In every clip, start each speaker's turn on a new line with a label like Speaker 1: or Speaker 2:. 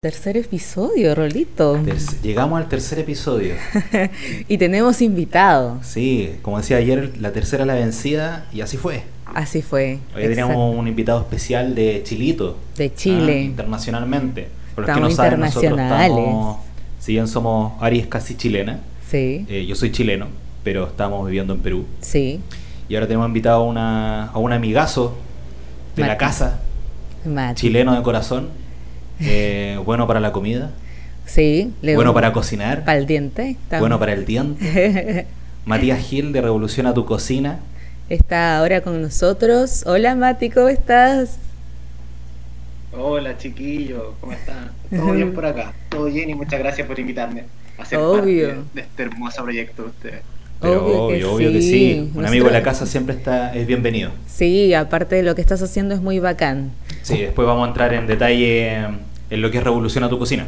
Speaker 1: tercer episodio, Rolito.
Speaker 2: Terce- llegamos al tercer episodio.
Speaker 1: y tenemos invitados.
Speaker 2: Sí, como decía ayer, la tercera es la vencida y así fue.
Speaker 1: Así fue.
Speaker 2: Hoy teníamos un invitado especial de Chilito.
Speaker 1: De Chile.
Speaker 2: Ah, internacionalmente. Por los que no
Speaker 1: Estamos
Speaker 2: saben, nosotros
Speaker 1: internacionales.
Speaker 2: estamos, si bien somos, Ari es casi chilena,
Speaker 1: Exacto. Sí,
Speaker 2: eh, yo soy chileno, pero estamos viviendo en Perú.
Speaker 1: sí.
Speaker 2: Y ahora tenemos invitado a, una, a un amigazo de la
Speaker 1: Mati.
Speaker 2: casa,
Speaker 1: Mati.
Speaker 2: chileno de corazón, eh, bueno para la comida,
Speaker 1: Sí.
Speaker 2: bueno para cocinar,
Speaker 1: Para el diente. también.
Speaker 2: bueno para el diente. Matías Gil de Revolución a tu cocina.
Speaker 1: Está ahora con nosotros. Hola Mati, ¿cómo estás?
Speaker 3: Hola chiquillos, ¿cómo están? Todo bien por acá, todo bien y muchas gracias por invitarme a ser
Speaker 1: Obvio.
Speaker 3: parte de este hermoso proyecto de ustedes.
Speaker 2: Pero obvio, obvio que, sí. Un
Speaker 1: Nosotros-
Speaker 2: amigo de la casa siempre está, es bienvenido.
Speaker 1: Sí, aparte de lo que estás haciendo es muy bacán.
Speaker 2: Sí, después vamos a entrar en detalle eh, en lo que es Revolución a tu cocina.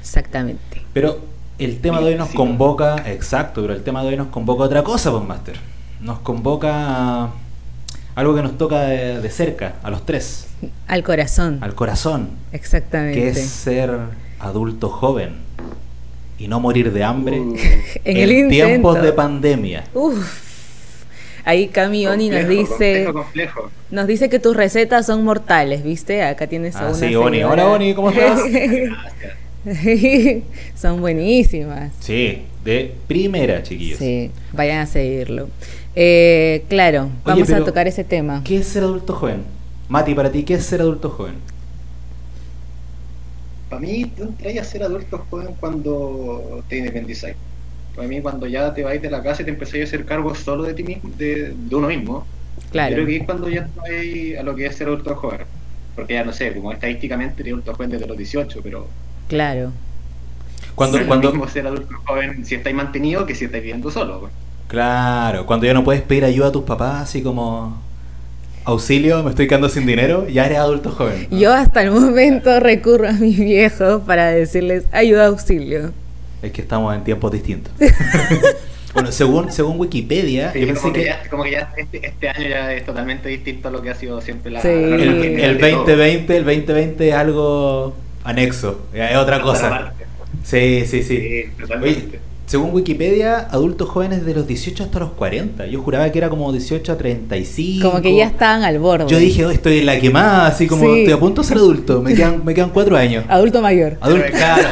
Speaker 1: Exactamente.
Speaker 2: Pero el tema de hoy nos convoca, exacto, pero el tema de hoy nos convoca a otra cosa, Master. Nos convoca a algo que nos toca de, de cerca, a los tres,
Speaker 1: Al corazón.
Speaker 2: al corazón,
Speaker 1: Exactamente.
Speaker 2: que es ser adulto joven y no morir de hambre
Speaker 3: Uh,
Speaker 1: En el
Speaker 2: tiempos
Speaker 1: intento.
Speaker 2: de pandemia.
Speaker 1: Uf. Ahí Camioni nos
Speaker 3: complejo,
Speaker 1: dice,
Speaker 3: Complejo, complejo.
Speaker 1: nos dice que tus recetas son mortales, ¿viste? Acá tienes a
Speaker 2: Ah,
Speaker 1: una
Speaker 2: sí, Oni.
Speaker 1: señora.
Speaker 2: Hola, Oni, ¿cómo estás?
Speaker 3: Gracias.
Speaker 1: son buenísimas.
Speaker 2: Sí, de primera, chiquillos.
Speaker 1: Sí, vayan a seguirlo. Eh, claro, vamos a
Speaker 2: pero-
Speaker 1: tocar ese tema.
Speaker 2: ¿Qué es ser adulto joven? Mati, para ti, ¿qué es ser adulto joven?
Speaker 3: Para mí, tú entras a ser adulto joven cuando te independizáis. Para mí, cuando ya te vais de la casa y te empezáis a hacer cargo solo de ti mismo, de, de uno mismo,
Speaker 1: Claro.
Speaker 3: creo que es cuando ya vais a lo que es ser adulto joven. Porque ya no sé, como estadísticamente eres adulto joven desde los 18, pero
Speaker 1: Claro.
Speaker 2: Cuando,
Speaker 3: no es lo mismo
Speaker 2: cuando,
Speaker 3: ser adulto joven si estáis mantenido que si estáis viviendo solo. pues.
Speaker 2: claro, cuando ya no puedes pedir ayuda a tus papás, así como auxilio, me estoy quedando sin dinero, ya eres adulto joven. ¿no?
Speaker 1: Yo hasta el momento recurro a mis viejos para decirles ayuda auxilio.
Speaker 2: Es que estamos en tiempos distintos. bueno, según, según Wikipedia,
Speaker 3: Sí,
Speaker 2: yo
Speaker 3: como,
Speaker 2: pensé
Speaker 3: que,
Speaker 2: que
Speaker 3: ya, como que ya este, este año ya es totalmente distinto a lo que ha sido siempre la.
Speaker 1: Sí.
Speaker 3: la- la-
Speaker 2: el,
Speaker 3: la- la-
Speaker 2: el
Speaker 3: de todo.
Speaker 2: 2020, el 2020 es algo anexo, es otra
Speaker 3: Otra
Speaker 2: cosa.
Speaker 3: parte.
Speaker 2: Sí, sí, sí.
Speaker 3: Sí, totalmente.
Speaker 2: Oye, según Wikipedia, adultos jóvenes de los 18 hasta los 40. Yo juraba que era como 18 a 35.
Speaker 1: Como que ya estaban al borde.
Speaker 2: Yo dije, oh, estoy en la quemada, así como
Speaker 1: Sí.
Speaker 2: estoy a punto de ser adulto, me quedan, me quedan cuatro años.
Speaker 1: Adulto mayor.
Speaker 2: Adulto, claro.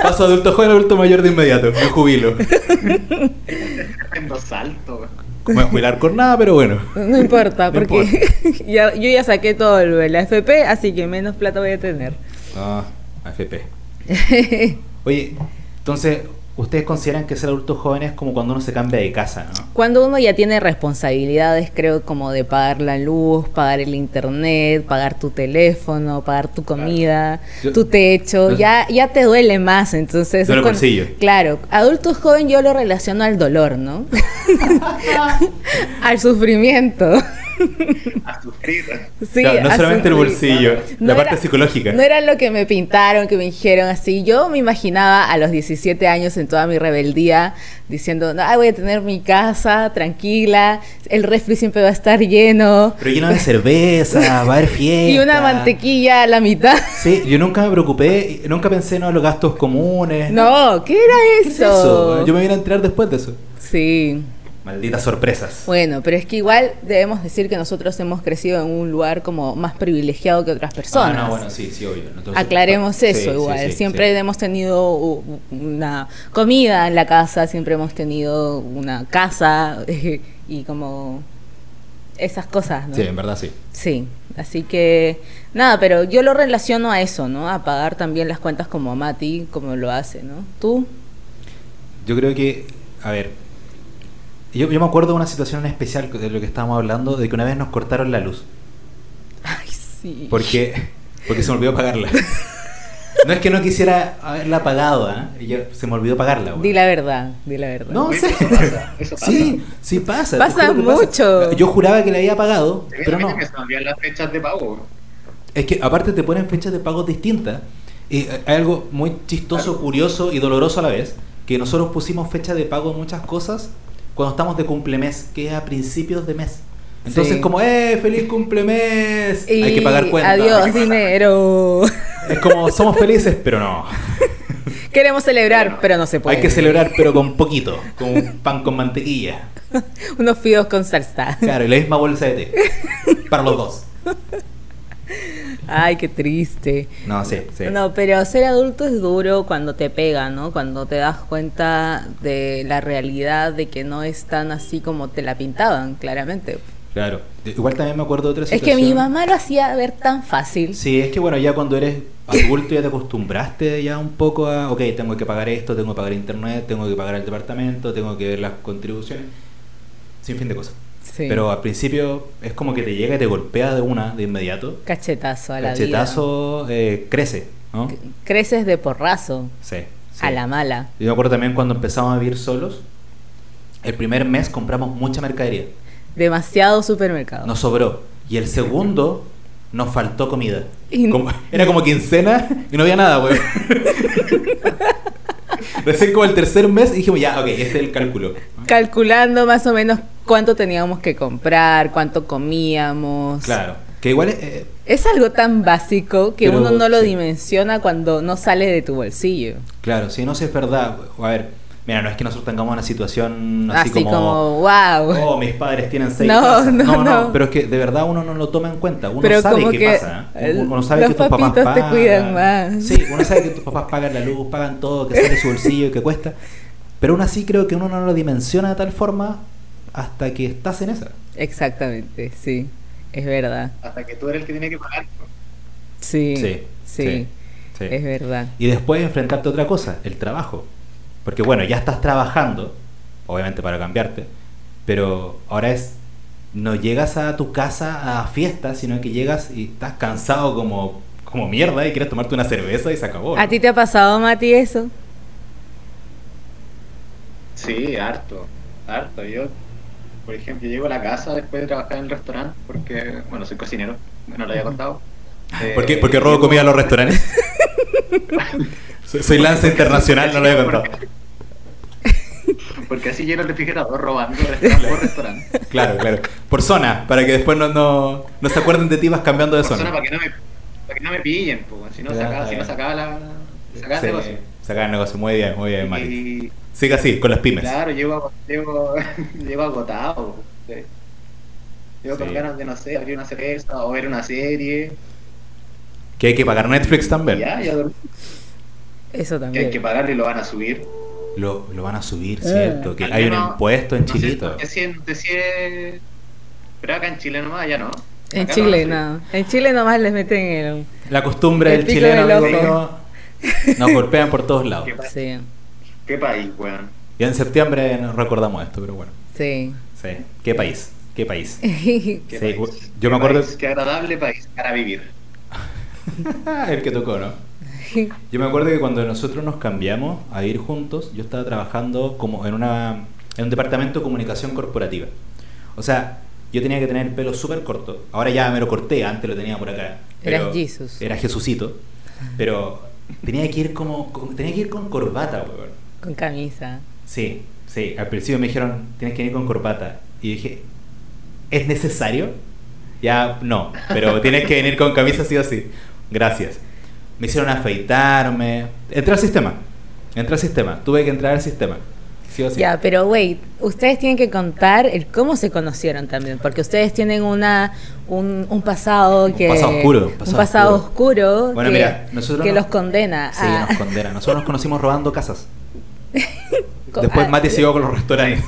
Speaker 2: Paso adulto joven, adulto mayor de inmediato, me jubilo.
Speaker 3: Tremendo salto.
Speaker 2: Me voy a jubilar con nada, pero bueno.
Speaker 1: No importa,
Speaker 2: No
Speaker 1: porque ya- yo ya saqué todo lo de la FP, así que menos plata voy a tener.
Speaker 2: Ah, AFP. Oye, entonces, ¿ustedes consideran que ser adulto joven es como cuando uno se cambia de casa, no?
Speaker 1: Cuando uno ya tiene responsabilidades, creo, como de pagar la luz, pagar el internet, pagar tu teléfono, pagar tu comida,
Speaker 2: Yo-
Speaker 1: tu techo,
Speaker 2: yo-
Speaker 1: ya, ya te duele más, entonces...
Speaker 2: Duele
Speaker 1: es cuan-
Speaker 2: bolsillo.
Speaker 1: Claro, adulto joven yo lo relaciono al dolor, ¿no? al sufrimiento.
Speaker 3: A sufrir.
Speaker 1: Sí,
Speaker 2: Claro, no
Speaker 1: a
Speaker 2: solamente el
Speaker 1: sufrir.
Speaker 2: bolsillo,
Speaker 1: No
Speaker 2: la
Speaker 1: era-
Speaker 2: parte psicológica.
Speaker 1: No era lo que me pintaron, que me dijeron así. Yo me imaginaba a los 17 años en toda mi rebeldía diciendo, "No, ay, voy a tener mi casa tranquila, el refri siempre va a estar lleno
Speaker 2: Pero lleno de cerveza, va a haber fiesta.
Speaker 1: y una mantequilla a la mitad.
Speaker 2: Sí, yo nunca me preocupé, nunca pensé no, en los gastos comunes.
Speaker 1: No, ¿qué era eso?
Speaker 2: ¿Qué es eso? Yo me vine a enterar después de eso.
Speaker 1: Sí.
Speaker 2: Malditas sorpresas.
Speaker 1: Bueno, pero es que igual debemos decir que nosotros hemos crecido en un lugar como más privilegiado que otras personas.
Speaker 2: Ah, no, bueno, sí, sí, obvio. Entonces-
Speaker 1: Aclaremos
Speaker 2: Sí,
Speaker 1: eso
Speaker 2: sí,
Speaker 1: igual.
Speaker 2: sí,
Speaker 1: siempre
Speaker 2: sí.
Speaker 1: hemos tenido u- una comida en la casa, siempre hemos tenido una casa y como esas cosas, ¿no?
Speaker 2: Sí, en verdad sí.
Speaker 1: Sí, así que nada, pero yo lo relaciono a eso, ¿no? A pagar también las cuentas como Mati, como lo hace, ¿no? Tú,
Speaker 2: Yo creo que, a ver, yo, yo me acuerdo de una situación en especial de lo que estábamos hablando, de que una vez nos cortaron la luz,
Speaker 1: ay, sí.
Speaker 2: porque, porque se me olvidó pagarla. No es que no quisiera haberla pagado, ¿ah? Yo- se me olvidó pagarla. weón.
Speaker 1: Di la verdad, di la verdad.
Speaker 2: No,
Speaker 3: Uy,
Speaker 2: sí.
Speaker 3: eso pasa, eso pasa.
Speaker 2: Sí, sí pasa. te
Speaker 1: Pasa
Speaker 2: juro que
Speaker 1: mucho.
Speaker 2: Yo juraba que la había pagado,
Speaker 3: A mí
Speaker 2: pero
Speaker 3: también
Speaker 2: no.
Speaker 3: me se me olvidan las fechas de pago.
Speaker 2: Es que aparte te ponen fechas de pagos distintas. Y eh, hay algo muy chistoso, curioso y doloroso a la vez, que nosotros pusimos fecha de pago en muchas cosas cuando estamos de cumplemes, que es a principios de mes. Entonces
Speaker 1: Sí.
Speaker 2: como, ¡eh, feliz cumplemes!
Speaker 1: Y
Speaker 2: hay que pagar cuentas.
Speaker 1: Adiós, dinero.
Speaker 2: Es como, somos felices, pero no.
Speaker 1: Queremos celebrar, pero no se puede.
Speaker 2: Hay que celebrar, pero con poquito. Con un pan con mantequilla.
Speaker 1: Unos fideos con salsa.
Speaker 2: Claro, y la misma bolsa de té. Para los dos.
Speaker 1: Ay, qué triste.
Speaker 2: No, sí, sí.
Speaker 1: No, pero ser adulto es duro cuando te pega, ¿no? Cuando te das cuenta de la realidad, de que no es tan así como te la pintaban, claramente.
Speaker 2: Claro. Igual también me acuerdo de otra
Speaker 1: Es
Speaker 2: situación.
Speaker 1: que mi mamá lo hacía ver tan fácil.
Speaker 2: Sí, es que bueno, ya cuando eres adulto ya te acostumbraste ya un poco a, ok, tengo que pagar esto, tengo que pagar internet, tengo que pagar el departamento, tengo que ver las contribuciones, sin fin de cosas.
Speaker 1: Sí.
Speaker 2: Pero al principio es como que te llega y te golpea de una, de inmediato.
Speaker 1: Cachetazo a la
Speaker 2: Cachetazo eh, crece, ¿no?
Speaker 1: vida. Creces de porrazo.
Speaker 2: Sí, sí.
Speaker 1: A la mala.
Speaker 2: Yo me acuerdo también cuando empezamos a vivir solos, el primer mes compramos mucha mercadería,
Speaker 1: Demasiado supermercado.
Speaker 2: nos sobró. Y el segundo nos faltó comida.
Speaker 1: Y-
Speaker 2: Como- era como quincena y no había nada, güey. Recién como el tercer mes dijimos, ya, ok, este es el cálculo.
Speaker 1: Calculando más o menos cuánto teníamos que comprar, cuánto comíamos.
Speaker 2: Claro. Que igual eh,
Speaker 1: Es algo tan básico que
Speaker 2: Pero,
Speaker 1: uno no lo
Speaker 2: sí.
Speaker 1: dimensiona cuando no sale de tu bolsillo.
Speaker 2: Claro, si no sé, es verdad. A ver, mira, no es que nosotros tengamos una situación así,
Speaker 1: Así, como, wow.
Speaker 2: Oh, mis padres tienen seis
Speaker 1: No,
Speaker 2: casas.
Speaker 1: no, no.
Speaker 2: Pero es que de verdad uno no lo toma en cuenta. Uno
Speaker 1: Pero
Speaker 2: sabe
Speaker 1: como
Speaker 2: qué
Speaker 1: que
Speaker 2: pasa. ¿eh? Uno uno sabe
Speaker 1: los
Speaker 2: que tus papás
Speaker 1: papitos te
Speaker 2: pagan.
Speaker 1: cuidan más.
Speaker 2: Sí, uno sabe que tus papás pagan la luz, pagan todo, que sale su bolsillo y que cuesta. Pero aún así creo que uno no lo dimensiona de tal forma hasta que estás en esa.
Speaker 1: Exactamente, sí. Es verdad.
Speaker 3: Hasta que tú eres el que tiene que pagar.
Speaker 1: Sí. Sí.
Speaker 2: sí.
Speaker 1: Es verdad.
Speaker 2: Y después enfrentarte a otra cosa, el trabajo. Porque bueno, ya estás trabajando, obviamente para cambiarte, pero ahora es, no llegas a tu casa a fiestas, sino que llegas y estás cansado como, como mierda y quieres tomarte una cerveza y se acabó.
Speaker 1: ¿A
Speaker 2: ¿no?
Speaker 1: ti te ha pasado, Mati, eso?
Speaker 3: Sí, harto, harto. Yo, por ejemplo, llego a la casa después de trabajar en el restaurante, porque, bueno, soy cocinero, no lo había contado. Eh,
Speaker 2: ¿Por qué? Porque robo
Speaker 3: llego-
Speaker 2: comida a los restaurantes. soy, soy lanza internacional, no lo he contado.
Speaker 3: Porque así lleno el refrigerador robando restaurante por restaurante.
Speaker 2: Claro, claro. Por zona, para que después no, no, no se acuerden de ti vas cambiando de
Speaker 3: Por zona,
Speaker 2: zona.
Speaker 3: para que no me, para que no me pillen, pues, si no
Speaker 2: Ya,
Speaker 3: sacaba, si
Speaker 2: ya.
Speaker 3: no sacaba la... Sacaba el
Speaker 2: Sí, Eh,
Speaker 3: negocio.
Speaker 2: sacar el negocio. Muy bien, muy bien, Mati.
Speaker 3: Y,
Speaker 2: Sigue así, con las pymes.
Speaker 3: claro, llego, llego, llego agotado. sí. Llego
Speaker 2: Sí.
Speaker 3: con ganas de, no sé, abrir una cerveza o ver una serie.
Speaker 2: Que hay que pagar Netflix
Speaker 3: y
Speaker 2: también.
Speaker 3: ya, ya dormí.
Speaker 1: Eso
Speaker 3: Que hay
Speaker 1: también.
Speaker 3: que pagarle y lo van a subir.
Speaker 2: Lo, lo van a
Speaker 1: Eh.
Speaker 2: subir, ¿cierto? Que
Speaker 3: Al
Speaker 2: hay un
Speaker 3: menos,
Speaker 2: impuesto en
Speaker 3: no sé,
Speaker 2: Chilito.
Speaker 3: porque si en- de si es- Pero acá en Chile nomás, ya no.
Speaker 1: En
Speaker 3: Acá
Speaker 1: Chile,
Speaker 3: no.
Speaker 1: no. En Chile nomás les meten el...
Speaker 2: La costumbre
Speaker 1: El
Speaker 2: del
Speaker 1: pico
Speaker 2: chileno,
Speaker 1: del
Speaker 2: amigo
Speaker 1: ojo.
Speaker 2: mío, nos golpean por todos lados.
Speaker 3: Qué pa-
Speaker 1: Sí,
Speaker 3: ¿Qué país, weón?
Speaker 2: Ya en septiembre nos recordamos esto, pero bueno.
Speaker 1: sí.
Speaker 2: Sí. ¿Qué país? ¿Qué país?
Speaker 3: ¿Qué
Speaker 2: Sí,
Speaker 3: país?
Speaker 2: we- yo
Speaker 3: ¿Qué
Speaker 2: me acuerdo-
Speaker 3: país? Qué agradable país para vivir.
Speaker 2: El que tocó, ¿no? Yo me acuerdo que cuando nosotros nos cambiamos a ir juntos, yo estaba trabajando como en, una, en un departamento de comunicación corporativa. O sea, yo tenía que tener el pelo súper corto. Ahora ya me lo corté, antes lo tenía por acá.
Speaker 1: Eras Jesus.
Speaker 2: Era Jesucito. Pero tenía que ir como, con- tenía que ir con corbata, weón.
Speaker 1: Con camisa.
Speaker 2: Sí, sí. Al principio me dijeron, tienes que ir con corbata. Y dije, ¿es necesario? Ya, no, pero tienes que venir con camisa sí o sí. Gracias. Me hicieron afeitarme. Entré al sistema. Entré al sistema. Tuve que entrar al sistema. Sí o sí.
Speaker 1: Ya, pero wait, ustedes tienen que contar el cómo se conocieron también, porque ustedes tienen una un, un pasado que
Speaker 2: pasado oscuro,
Speaker 1: un
Speaker 2: pasado
Speaker 1: pasado
Speaker 2: oscuro.
Speaker 1: oscuro
Speaker 2: Bueno,
Speaker 1: que,
Speaker 2: mira, nosotros
Speaker 1: que
Speaker 2: no-
Speaker 1: los condena Ah,
Speaker 2: Sí,
Speaker 1: a
Speaker 2: nos condena. Nosotros nos conocimos robando casas.
Speaker 1: co- ah,
Speaker 2: Después
Speaker 1: a-
Speaker 2: Mati siguió con los restaurantes.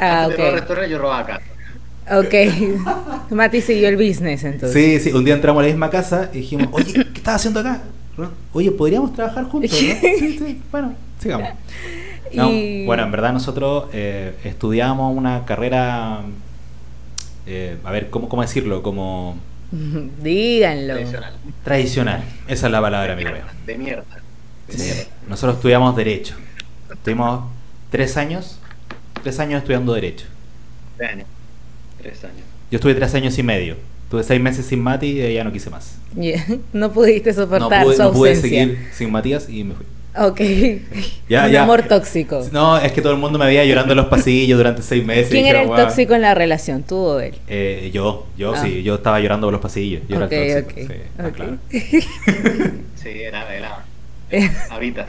Speaker 1: Ah,
Speaker 3: Yo robo
Speaker 1: ok.
Speaker 3: restaurantes, yo robo acá.
Speaker 1: Ok. Mati siguió el business entonces.
Speaker 2: Sí, sí. Un día entramos a la misma casa y dijimos, oye, ¿qué estás haciendo acá? Oye, podríamos trabajar juntos, ¿no? Sí, sí. Bueno, sigamos. No,
Speaker 1: Y-
Speaker 2: Bueno, en verdad nosotros eh, estudiábamos una carrera, eh, a ver, ¿cómo, ¿cómo decirlo? Como
Speaker 1: Díganlo.
Speaker 3: Tradicional.
Speaker 2: tradicional. Esa es la palabra, amigo mío.
Speaker 3: De mierda.
Speaker 2: Sí. Nosotros estudiamos Derecho. Estuvimos tres años, tres años estudiando Derecho.
Speaker 3: De años. Tres años.
Speaker 2: Yo estuve tres años y medio. Tuve seis meses sin Mati y ya no quise más.
Speaker 1: Ya, No pudiste
Speaker 2: No
Speaker 1: soportar
Speaker 2: pude,
Speaker 1: su
Speaker 2: no pude
Speaker 1: ausencia.
Speaker 2: seguir sin Matías y me fui.
Speaker 1: Ok.
Speaker 2: Ya,
Speaker 1: un
Speaker 2: ya.
Speaker 1: amor tóxico.
Speaker 2: No, es que todo el mundo me veía llorando en los pasillos durante seis meses.
Speaker 1: ¿Quién
Speaker 2: y
Speaker 1: era el
Speaker 2: dije, "Guau".
Speaker 1: tóxico en la relación? ¿Tú o él?
Speaker 2: Eh, yo, yo
Speaker 1: Ah.
Speaker 2: sí, yo estaba llorando por los pasillos. Yo
Speaker 1: Ok,
Speaker 2: era el
Speaker 1: ok,
Speaker 2: tóxico. sí, está
Speaker 1: ok.
Speaker 2: claro.
Speaker 3: Sí, era, era. Habita.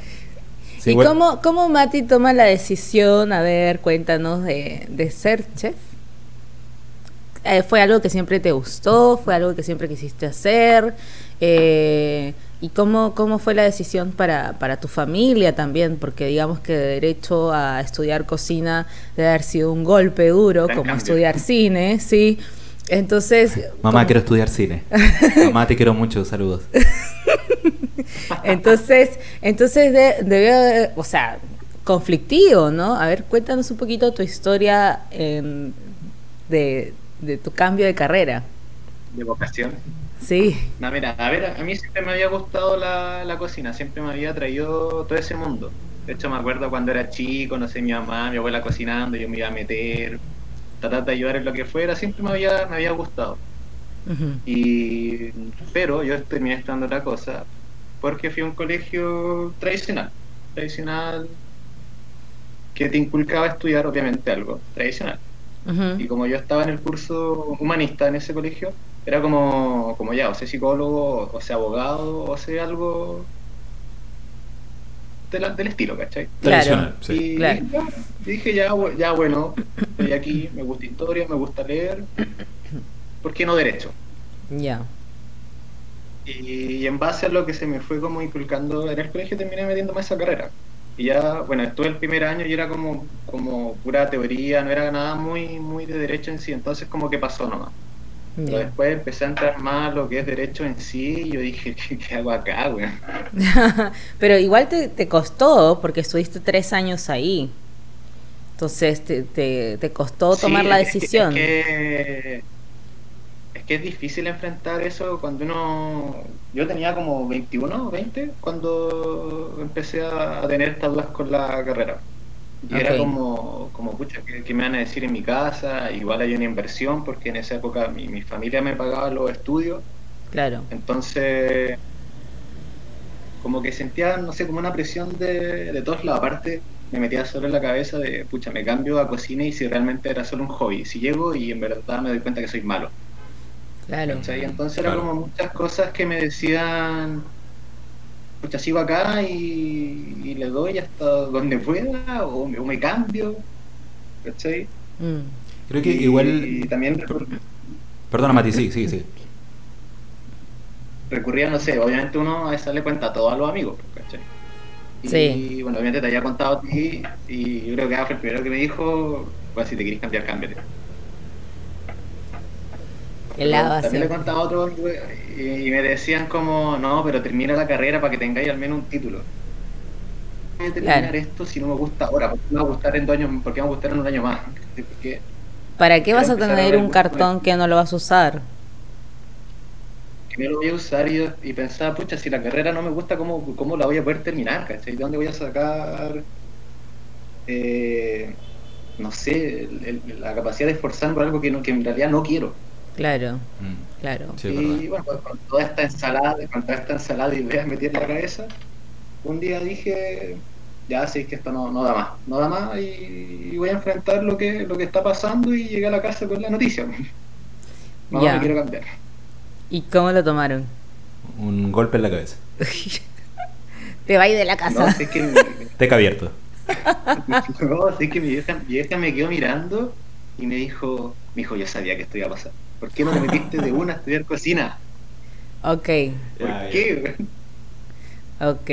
Speaker 2: Sí,
Speaker 1: ¿Y
Speaker 2: bueno,
Speaker 1: cómo, cómo Mati toma la decisión, a ver, cuéntanos, de, de ser chef? Eh, ¿Fue algo que siempre te gustó? ¿Fue algo que siempre quisiste hacer? Eh, ¿Y cómo, cómo fue la decisión para, para tu familia también? Porque digamos que derecho a estudiar cocina debe haber sido un golpe duro,
Speaker 3: Gran
Speaker 1: como
Speaker 3: cambio.
Speaker 1: estudiar cine, ¿sí? Entonces,
Speaker 2: Mamá,
Speaker 1: ¿cómo-
Speaker 2: quiero estudiar cine. Mamá, te quiero mucho, saludos.
Speaker 1: Entonces, entonces de- debió, de- o sea, conflictivo, ¿no? A ver, cuéntanos un poquito tu historia en- de, de tu cambio de carrera.
Speaker 3: De vocación.
Speaker 1: Sí,
Speaker 3: No, mira, a ver, a mí siempre me había gustado la, la cocina, siempre me había atraído todo ese mundo. De hecho, me acuerdo cuando era chico, no sé, mi mamá, mi abuela cocinando, yo me iba a meter, tratar de ayudar en lo que fuera, siempre me había, me había gustado.
Speaker 1: Ujú.
Speaker 3: Y, pero yo terminé estando otra cosa, porque fui a un colegio tradicional, tradicional que te inculcaba estudiar, obviamente, algo tradicional. Y
Speaker 1: Ujú.
Speaker 3: como yo estaba en el curso humanista en ese colegio, era como, como ya, o sea psicólogo, o sea abogado, o sea algo de la- del estilo, ¿cachai?
Speaker 1: Claro.
Speaker 2: Tradicional, sí.
Speaker 3: y
Speaker 1: claro.
Speaker 3: dije, ya, dije, ya, bu- ya bueno, estoy aquí, me gusta historia, me gusta leer, ¿por qué no derecho?
Speaker 1: ya.
Speaker 3: Y en base a lo que se me fue como inculcando en el colegio, terminé metiéndome a esa carrera. Y ya, bueno, estuve el primer año y era como, como pura teoría, no era nada muy, muy de derecho en sí, entonces como que pasó nomás. Pero
Speaker 1: ya.
Speaker 3: después empecé a entrar más a lo que es derecho en sí y yo dije, ¿qué, qué hago acá, güey?
Speaker 1: Pero igual te, te costó, porque estuviste tres años ahí. Entonces, te, te- te costó tomar
Speaker 3: Sí,
Speaker 1: la
Speaker 3: es que-
Speaker 1: decisión.
Speaker 3: Es que, es que es difícil enfrentar eso cuando uno... Yo tenía como 21 o 20 cuando empecé a, a tener estas dudas con la carrera. Y era
Speaker 1: Ok.
Speaker 3: como, como pucha, ¿qué, qué me van a decir en mi casa? Igual hay una inversión porque en esa época mi, mi familia me pagaba los estudios.
Speaker 1: Claro.
Speaker 3: Entonces, como que sentía, no sé, como una presión de, de todos lados. Aparte, me metía solo en la cabeza de, pucha, me cambio a cocina y si realmente era solo un hobby. Si llego y en verdad me doy cuenta que soy malo.
Speaker 1: Mm, Claro.
Speaker 3: ¿cachai? Entonces era
Speaker 2: Claro.
Speaker 3: como muchas cosas que me decían, pucha, sigo acá y, y le doy hasta donde pueda o me, o me cambio. ¿Cachai?
Speaker 1: Mm.
Speaker 2: Creo que
Speaker 3: Y- Y
Speaker 2: igual.
Speaker 3: también recuerdo-
Speaker 2: Perdona, Mati, sí, sí, sí.
Speaker 3: recurría, no sé, obviamente uno a esa le cuenta a todos los amigos, pues, ¿cachai? Y
Speaker 1: Sí.
Speaker 3: bueno, obviamente te había contado a ti y yo creo que Gabo fue el primero que me dijo, pues si te querés cambiar, cámbiate.
Speaker 1: El
Speaker 3: Pero
Speaker 1: lava,
Speaker 3: También le
Speaker 1: sí.
Speaker 3: contaba a otros y, y me decían como, no, pero termina la carrera para que tengáis al menos un título. Voy a terminar
Speaker 1: Claro.
Speaker 3: esto si no me gusta ahora, porque me va a gustar en dos años, porque me va a gustar en un año más. Porque
Speaker 1: ¿Para qué
Speaker 3: Quiero
Speaker 1: vas a
Speaker 3: empezar a
Speaker 1: tener
Speaker 3: ver
Speaker 1: un
Speaker 3: mucho
Speaker 1: cartón que no lo vas a usar?
Speaker 3: que no lo voy a usar y, y pensaba, pucha, si la carrera no me gusta, ¿cómo, cómo la voy a poder terminar? ¿Cachai? ¿De dónde voy a sacar, eh, no sé, el- el- la capacidad de esforzarme por algo que, no, que en realidad no quiero?
Speaker 1: Claro,
Speaker 2: Mm,
Speaker 1: claro.
Speaker 2: sí, es
Speaker 3: y
Speaker 2: verdad.
Speaker 3: bueno, pues, con toda esta ensalada, con toda esta ensalada de ideas metida en la cabeza, un día dije, ya sé que esto no, no da más, no da más y, y voy a enfrentar lo que, lo que está pasando y llegué a la casa con la noticia. No,
Speaker 1: Ya.
Speaker 3: me quiero cambiar.
Speaker 1: ¿Y cómo lo tomaron?
Speaker 2: Un golpe en la cabeza.
Speaker 1: Te va a ir de la
Speaker 2: Ah,
Speaker 3: No,
Speaker 1: casa.
Speaker 3: sé que
Speaker 2: Teca abierto.
Speaker 3: No, así que mi vieja, mi vieja me quedó mirando y me dijo, me dijo, yo sabía que esto iba a pasar. ¿Por qué no te metiste de una a estudiar cocina?
Speaker 1: Ok,
Speaker 3: ¿Por
Speaker 2: Ya, ya.
Speaker 3: qué?
Speaker 1: ok.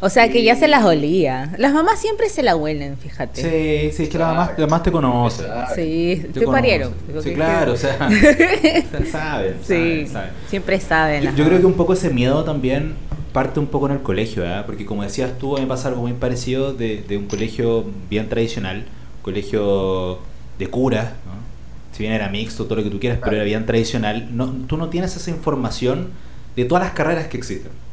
Speaker 1: O sea que ya se las olía. Las mamás siempre se la huelen, fíjate.
Speaker 2: Sí, sí, es que la mamá, la mamá te conoce.
Speaker 3: Exacto.
Speaker 1: Sí,
Speaker 2: Te
Speaker 1: te,
Speaker 2: conoce.
Speaker 1: parieron.
Speaker 2: Sí, claro, o sea. saben, saben,
Speaker 1: Sí,
Speaker 2: saben.
Speaker 1: siempre saben.
Speaker 2: Yo,
Speaker 1: las
Speaker 2: yo creo
Speaker 1: mamás.
Speaker 2: que un poco ese miedo también parte un poco en el colegio, ¿verdad? porque como decías tú, a mí me pasa algo muy parecido de, de un colegio bien tradicional, colegio de curas, ¿no? si bien era mixto, todo lo que tú quieras, pero era bien tradicional, no, tú no tienes esa información de todas las carreras que existen.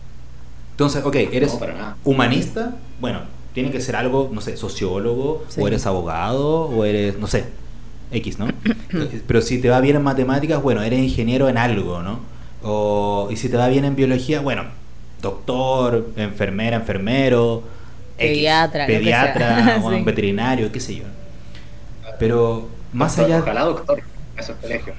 Speaker 2: Entonces, ok, eres
Speaker 3: No, para nada.
Speaker 2: humanista, bueno, tiene que ser algo, no sé, sociólogo,
Speaker 1: Sí.
Speaker 2: o eres abogado, o eres, no sé, X, ¿no? Eh, Pero si te va bien en matemáticas, bueno, eres ingeniero en algo, ¿no? O, y si te va bien en biología, bueno, doctor, enfermera, enfermero, X,
Speaker 1: Pediatra, lo que
Speaker 2: pediatra,
Speaker 1: sea.
Speaker 2: o un
Speaker 1: Sí.
Speaker 2: veterinario, qué sé yo. Pero más allá,
Speaker 3: Ojalá doctor a esos colegios.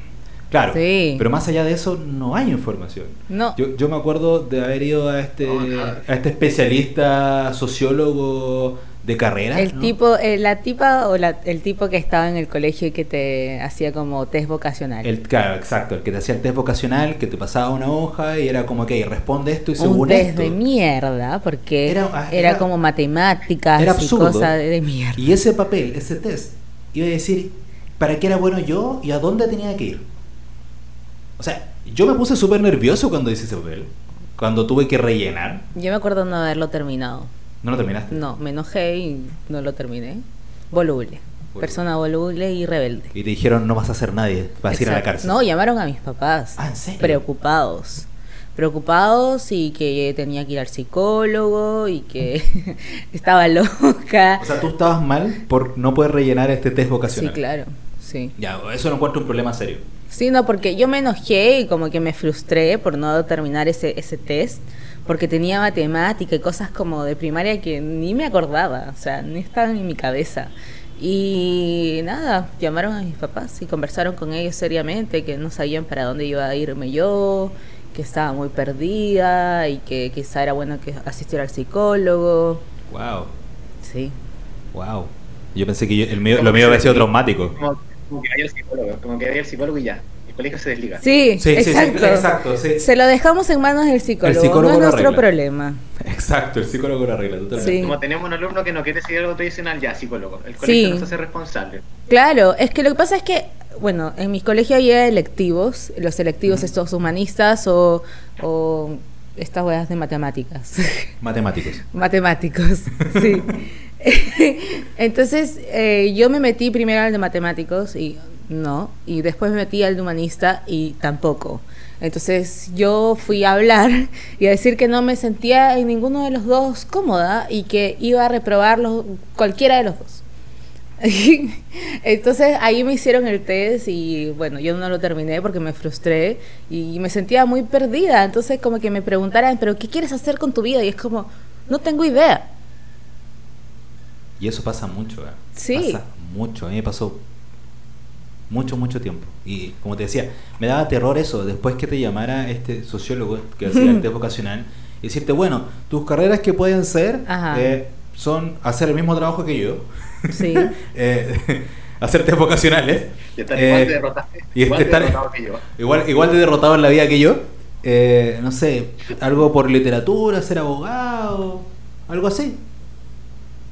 Speaker 2: claro,
Speaker 1: Sí.
Speaker 2: pero más allá de eso no hay información.
Speaker 1: No.
Speaker 2: Yo, yo me acuerdo de haber ido a este,
Speaker 3: No, claro.
Speaker 2: a este especialista sociólogo de carrera.
Speaker 1: El
Speaker 2: ¿no?
Speaker 1: tipo, eh, la tipa o la- el tipo que estaba en el colegio y que te hacía como test vocacional.
Speaker 2: El, claro, exacto, el que te hacía el test vocacional, que te pasaba una hoja y era como, ok, responde esto y según
Speaker 1: un test
Speaker 2: esto.
Speaker 1: de mierda, porque
Speaker 2: Era-
Speaker 1: era,
Speaker 2: ah, era-
Speaker 1: como matemáticas
Speaker 2: era
Speaker 1: y
Speaker 2: absurdo.
Speaker 1: cosas de mierda.
Speaker 2: Y ese papel, ese test, iba a decir para qué era bueno yo y a dónde tenía que ir. O sea, yo me puse súper nervioso cuando hice ese papel, cuando tuve que rellenar.
Speaker 1: Yo me acuerdo no haberlo terminado.
Speaker 2: ¿No lo terminaste?
Speaker 1: No, me enojé y no lo terminé. Voluble.
Speaker 2: Voluble.
Speaker 1: Persona voluble y rebelde.
Speaker 2: Y te dijeron, no vas a hacer nadie, vas a ir a la
Speaker 1: Exacto.
Speaker 2: cárcel.
Speaker 1: No, llamaron a mis papás.
Speaker 2: Ah, ¿en serio?
Speaker 1: Preocupados. Preocupados y que tenía que ir al psicólogo y que estaba loca.
Speaker 2: O sea, tú estabas mal por no poder rellenar este test
Speaker 1: sí,
Speaker 2: vocacional.
Speaker 1: claro. Sí.
Speaker 2: Ya, eso lo encuentro un problema serio.
Speaker 1: Sí, no, porque yo me enojé y como que me frustré por no terminar ese, ese test, porque tenía matemática y cosas como de primaria que ni me acordaba, o sea, ni estaban en mi cabeza. Y nada, llamaron a mis papás y conversaron con ellos seriamente, que no sabían para dónde iba a irme yo, que estaba muy perdida y que quizá era bueno que asistiera al psicólogo.
Speaker 2: Wow,
Speaker 1: Sí.
Speaker 2: wow. Yo pensé que yo- el mío- lo mío había sido traumático.
Speaker 3: Como, como que vaya el psicólogo, como que vaya el psicólogo y ya. El colegio se desliga.
Speaker 1: Sí,
Speaker 2: Sí, sí, sí,
Speaker 1: exacto.
Speaker 2: exacto, sí.
Speaker 1: Se lo dejamos en manos del psicólogo, no
Speaker 2: psicólogo lo
Speaker 1: es nuestro
Speaker 2: arregla.
Speaker 1: problema.
Speaker 2: Exacto, el psicólogo lo arregla totalmente.
Speaker 1: Sí.
Speaker 3: Como tenemos un alumno que no quiere seguir algo tradicional, ya psicólogo. El
Speaker 1: Sí.
Speaker 3: colegio nos hace responsable.
Speaker 1: Claro, es que lo que pasa es que, bueno, en mi colegio había electivos, los electivos
Speaker 2: Ujú.
Speaker 1: estos humanistas o, o estas huevas de matemáticas,
Speaker 2: Matemáticos.
Speaker 1: matemáticos, sí. Entonces eh, yo me metí primero al de matemáticos y no, y después me metí al de humanista y tampoco. Entonces yo fui a hablar y a decir que no me sentía en ninguno de los dos cómoda y que iba a reprobar los- cualquiera de los dos. Entonces ahí me hicieron el test y bueno, yo no lo terminé porque me frustré y me sentía muy perdida. Entonces como que me preguntaran, pero ¿qué quieres hacer con tu vida? Y es como, no tengo idea.
Speaker 2: Y eso pasa mucho, ¿eh?
Speaker 1: Sí.
Speaker 2: Pasa mucho. A mí me pasó mucho, mucho tiempo. Y como te decía, me daba terror eso, después que te llamara este sociólogo que hacía el test vocacional, y decirte, bueno, tus carreras que pueden ser
Speaker 1: Ajá.
Speaker 2: eh, son hacer el mismo trabajo que yo,
Speaker 1: Sí,
Speaker 2: eh, hacer test vocacionales.
Speaker 3: Ya está
Speaker 2: eh,
Speaker 3: igual de derrotaste.
Speaker 2: y
Speaker 3: Igual de
Speaker 2: estar-
Speaker 3: derrotado que yo.
Speaker 2: Igual, igual de derrotado en la vida que yo. Eh, no sé, algo por literatura, ser abogado, algo así.